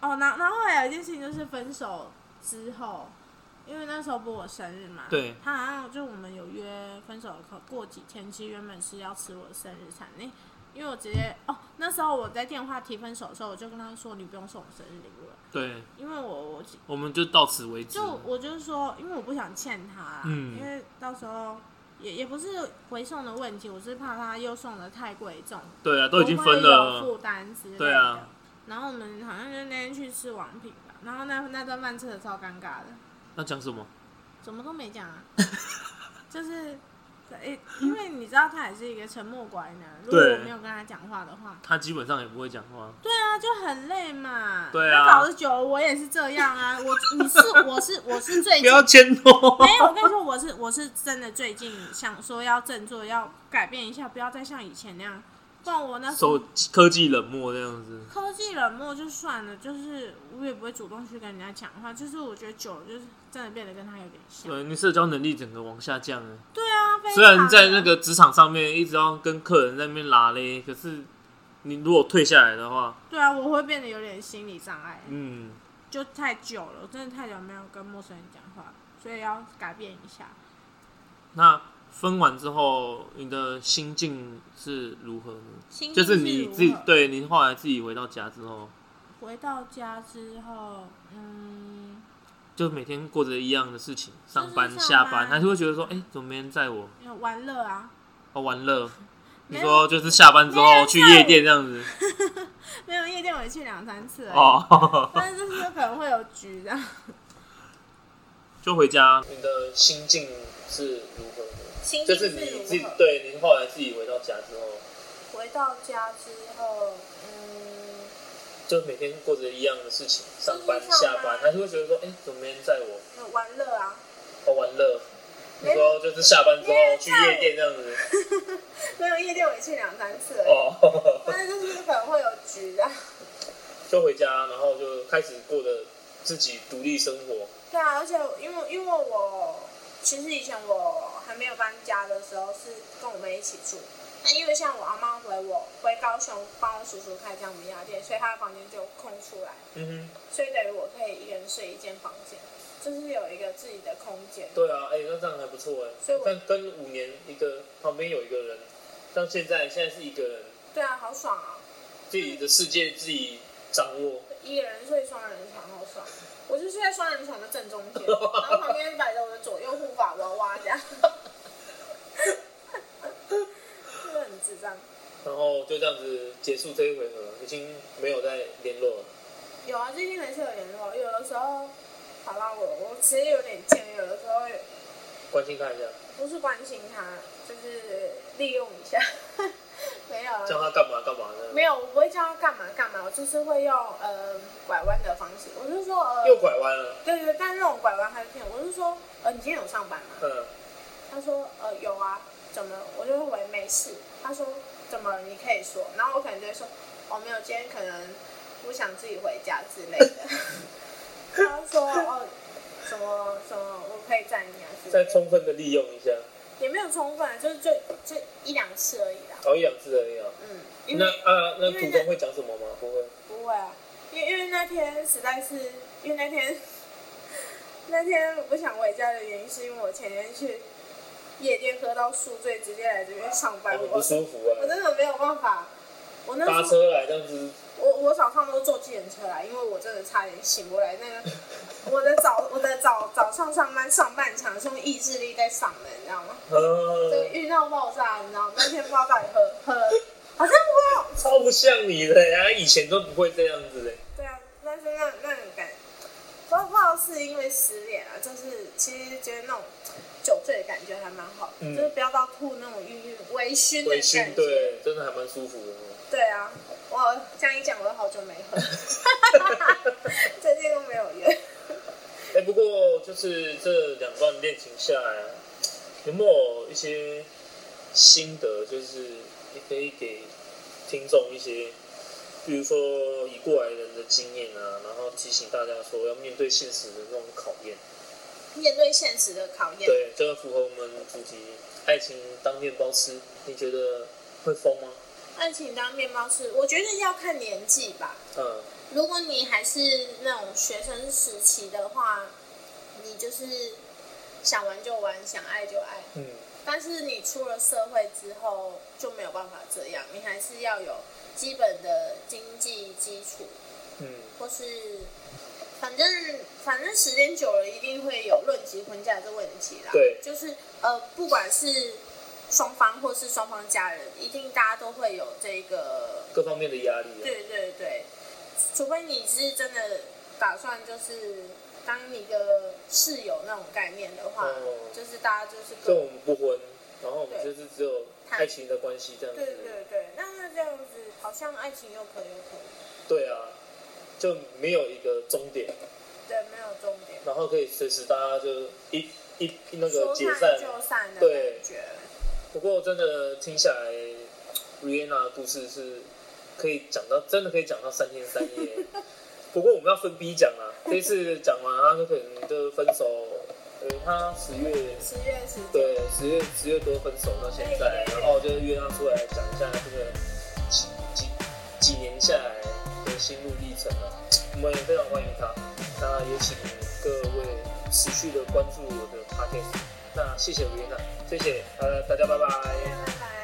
Speaker 2: 哦，然然后还有一件事情就是分手之后，因为那时候不是我生日嘛，
Speaker 1: 对
Speaker 2: 他好像就我们有约分手可过几天，其实原本是要吃我的生日餐，那因为我直接哦，那时候我在电话提分手的时候，我就跟他说你不用送我生日礼物了，
Speaker 1: 对，
Speaker 2: 因为我我
Speaker 1: 我们就到此为止
Speaker 2: 就。我就是说，因为我不想欠他啦，
Speaker 1: 嗯
Speaker 2: 因为到时候也也不是回送的问题，我是怕他又送的太贵重，
Speaker 1: 对啊，都已经
Speaker 2: 我会
Speaker 1: 分
Speaker 2: 有
Speaker 1: 了。
Speaker 2: 负担之类的。
Speaker 1: 对啊
Speaker 2: 然后我们好像就那天去吃王品吧，然后那那顿饭吃的超尴尬的，
Speaker 1: 那讲什么？
Speaker 2: 怎么都没讲啊，就是对，因为你知道他也是一个沉默寡言的人，如果
Speaker 1: 对
Speaker 2: 我没有跟他讲话的话，
Speaker 1: 他基本上也不会讲话。
Speaker 2: 对啊，就很累嘛。
Speaker 1: 对啊
Speaker 2: 那搞得久了我也是这样啊。我你是我是我是最
Speaker 1: 不
Speaker 2: 近
Speaker 1: 要牵拖。
Speaker 2: 没有，我跟你说，我是我是真的最近想说要振作，要改变一下，不要再像以前那样。不然我那时候
Speaker 1: 手科技冷漠这样子，
Speaker 2: 科技冷漠就算了，就是我也不会主动去跟人家讲话。就是我觉得久了，就是真的变得跟他有点像。
Speaker 1: 对你社交能力整个往下降了。
Speaker 2: 对啊，非常
Speaker 1: 虽然在那个职场上面一直要跟客人在那边拉嘞，可是你如果退下来的话，
Speaker 2: 对啊，我会变得有点心理障碍，
Speaker 1: 嗯，
Speaker 2: 就太久了，我真的太久没有跟陌生人讲话，所以要改变一下。
Speaker 1: 那分完之后你的心境是如何呢？
Speaker 2: 心
Speaker 1: 就
Speaker 2: 境
Speaker 1: 是
Speaker 2: 是
Speaker 1: 你
Speaker 2: 如
Speaker 1: 自己
Speaker 2: 何
Speaker 1: 对你后来自己回到家之后，
Speaker 2: 回到家之后，嗯，
Speaker 1: 就每天过着一样的事情，
Speaker 2: 就是
Speaker 1: 上班
Speaker 2: 上
Speaker 1: 下班，
Speaker 2: 班
Speaker 1: 还是会觉得说，哎、怎么没人载我？
Speaker 2: 要玩乐啊，
Speaker 1: 哦，玩 乐。你
Speaker 2: 没
Speaker 1: 说就是下班之
Speaker 2: 没
Speaker 1: 后
Speaker 2: 人
Speaker 1: 去
Speaker 2: 载我
Speaker 1: 夜店这样子
Speaker 2: 没有夜店我也去两三次而已。
Speaker 1: 哦，
Speaker 2: 但是就是可能会有局的。
Speaker 1: 就回家。你的心境是如何的？
Speaker 2: 心
Speaker 1: 就
Speaker 2: 境
Speaker 1: 是
Speaker 2: 是
Speaker 1: 你
Speaker 2: 如
Speaker 1: 自己
Speaker 2: 何？
Speaker 1: 对你后来自己回到家之后，
Speaker 2: 回到家之后，嗯，
Speaker 1: 就每天过着一样的事情，上班
Speaker 2: 上班
Speaker 1: 下班，还是会觉得说，哎、怎么没人载我？
Speaker 2: 有玩乐啊，
Speaker 1: 哦，玩乐。你
Speaker 2: 没人
Speaker 1: 说就是下班之
Speaker 2: 没
Speaker 1: 后
Speaker 2: 人
Speaker 1: 去
Speaker 2: 载
Speaker 1: 夜店这样子
Speaker 2: 没有夜店我也去两三次而已。
Speaker 1: 哦，
Speaker 2: 但是就是可能会有局啊的。
Speaker 1: 就回家，然后就开始过着自己独立生活。
Speaker 2: 对啊，而且因为因为我其实以前我还没有搬家的时候是跟我妹一起住，那因为像我阿妈回我回高雄帮我叔叔开姜母鸭店，所以她的房间就空出来，
Speaker 1: 嗯哼，
Speaker 2: 所以等于我可以一个人睡一间房间，就是有一个自己的空间。
Speaker 1: 对啊，哎、那这样还不错哎、
Speaker 2: 所以我
Speaker 1: 但跟五年一个旁边有一个人，像现在现在是一个人，
Speaker 2: 对啊，好爽啊！
Speaker 1: 自己的世界自己掌握。
Speaker 2: 一个人睡双人床好爽。我就睡在双人床的正中间，然后旁边摆着我的左右护法娃娃这样，就是很智障。
Speaker 1: 然后就这样子结束这一回合，已经没有再联络了。
Speaker 2: 有啊，最近还是有联络，有的时候，好啦，我我其实有点贱，有的时候
Speaker 1: 关心他一下，
Speaker 2: 不是关心他，就是利用一下， 没有
Speaker 1: 叫
Speaker 2: 啊，
Speaker 1: 他干嘛干嘛呢？
Speaker 2: 没有，我不会叫他干嘛干嘛，我就是会用呃拐弯的方式，我就说呃，
Speaker 1: 又拐弯了，
Speaker 2: 对对对，但是那种拐弯他就骗我，我就说呃你今天有上班吗？
Speaker 1: 嗯，
Speaker 2: 他说呃有啊，怎么了？我就会回没事。他说怎么了你可以说，然后我可能就会说哦没有，今天可能不想自己回家之类的。他说哦什么什么我可以载你啊之
Speaker 1: 再
Speaker 2: 类的，
Speaker 1: 充分的利用一下，
Speaker 2: 也没有充分，啊就是就就一两次而已啦。
Speaker 1: 熬一两次而已啊。
Speaker 2: 嗯，因
Speaker 1: 那
Speaker 2: 为
Speaker 1: 啊，那
Speaker 2: 因为
Speaker 1: 途
Speaker 2: 那
Speaker 1: 中会讲什么吗？不会。
Speaker 2: 不会啊，因为因为那天实在是因为那天 那天我不想回家的原因，是因为我前天去夜店喝到宿醉，直接来这边上班，
Speaker 1: 很
Speaker 2: 我
Speaker 1: 不舒服
Speaker 2: 我
Speaker 1: 啊，
Speaker 2: 真的没有办法。我那
Speaker 1: 搭
Speaker 2: 时候，
Speaker 1: 车来这样子，
Speaker 2: 我我早上都坐计程车来，因为我真的差点醒不来。那个我的早我的早早上上班上半场是用意志力在上的，你知道吗？对，
Speaker 1: 呃，
Speaker 2: 遇到爆炸，你知道吗？那天不知道到底喝喝了，好像我有。
Speaker 1: 超不像你的，人家以前都不会这样子的。
Speaker 2: 对啊，但是那那种感，不知道不知道是因为失恋啊，就是其实觉得那种酒醉的感觉还蛮好的，
Speaker 1: 嗯
Speaker 2: 就是不要到吐那种晕晕微醺的
Speaker 1: 微
Speaker 2: 感
Speaker 1: 醺，
Speaker 2: 觉。
Speaker 1: 对，真的还蛮舒服的哦。
Speaker 2: 对啊，我这样一讲，我都好久没喝，最近都没有约。
Speaker 1: 哎、不过就是这两段恋情下来啊，有没有一些心得？就是你可以给听众一些，比如说以过来人的经验啊，然后提醒大家说要面对现实的那种考验。
Speaker 2: 面对现实的考验，
Speaker 1: 对，这个符合我们主题“爱情当面包吃”，你觉得会疯吗？
Speaker 2: 爱情当面包师，我觉得要看年纪吧。
Speaker 1: 嗯，
Speaker 2: 如果你还是那种学生时期的话，你就是想玩就玩，想爱就爱。
Speaker 1: 嗯，
Speaker 2: 但是你出了社会之后就没有办法这样，你还是要有基本的经济基础，
Speaker 1: 嗯，
Speaker 2: 或是反正反正时间久了一定会有论及婚嫁这问题啦。
Speaker 1: 对
Speaker 2: 就是呃，不管是双方或是双方家人，一定大家都会有这个，
Speaker 1: 各方面的压力、啊。
Speaker 2: 对对对，除非你是真的打算就是当一个室友那种概念的话，
Speaker 1: 哦
Speaker 2: 就是大家就是
Speaker 1: 所以
Speaker 2: 各
Speaker 1: 我们不婚，然后我们就是只有爱情的关系这样子。
Speaker 2: 对对对，那那这样子好像爱情又可有可无，
Speaker 1: 对啊，就没有一个终点，
Speaker 2: 对，没有重点，
Speaker 1: 然后可以随时大家就一一一那个
Speaker 2: 说
Speaker 1: 解
Speaker 2: 散
Speaker 1: 散。
Speaker 2: 就散的
Speaker 1: 对
Speaker 2: 感觉。
Speaker 1: 不过真的听下来，Rihanna 的故事是可以讲到，真的可以讲到三天三 夜。不过我们要分批讲啊，这一次讲完，他就可能就分手。呃，他十月
Speaker 2: 十月十九，
Speaker 1: 对，十月十月多分手到现在，然后就是约他出来讲一下这个几几几年下来的心路历程啊。我们也非常欢迎他，那也请各位持续的关注我的 podcast。那谢谢维娜，谢谢，呃，大家拜拜。
Speaker 2: 拜拜。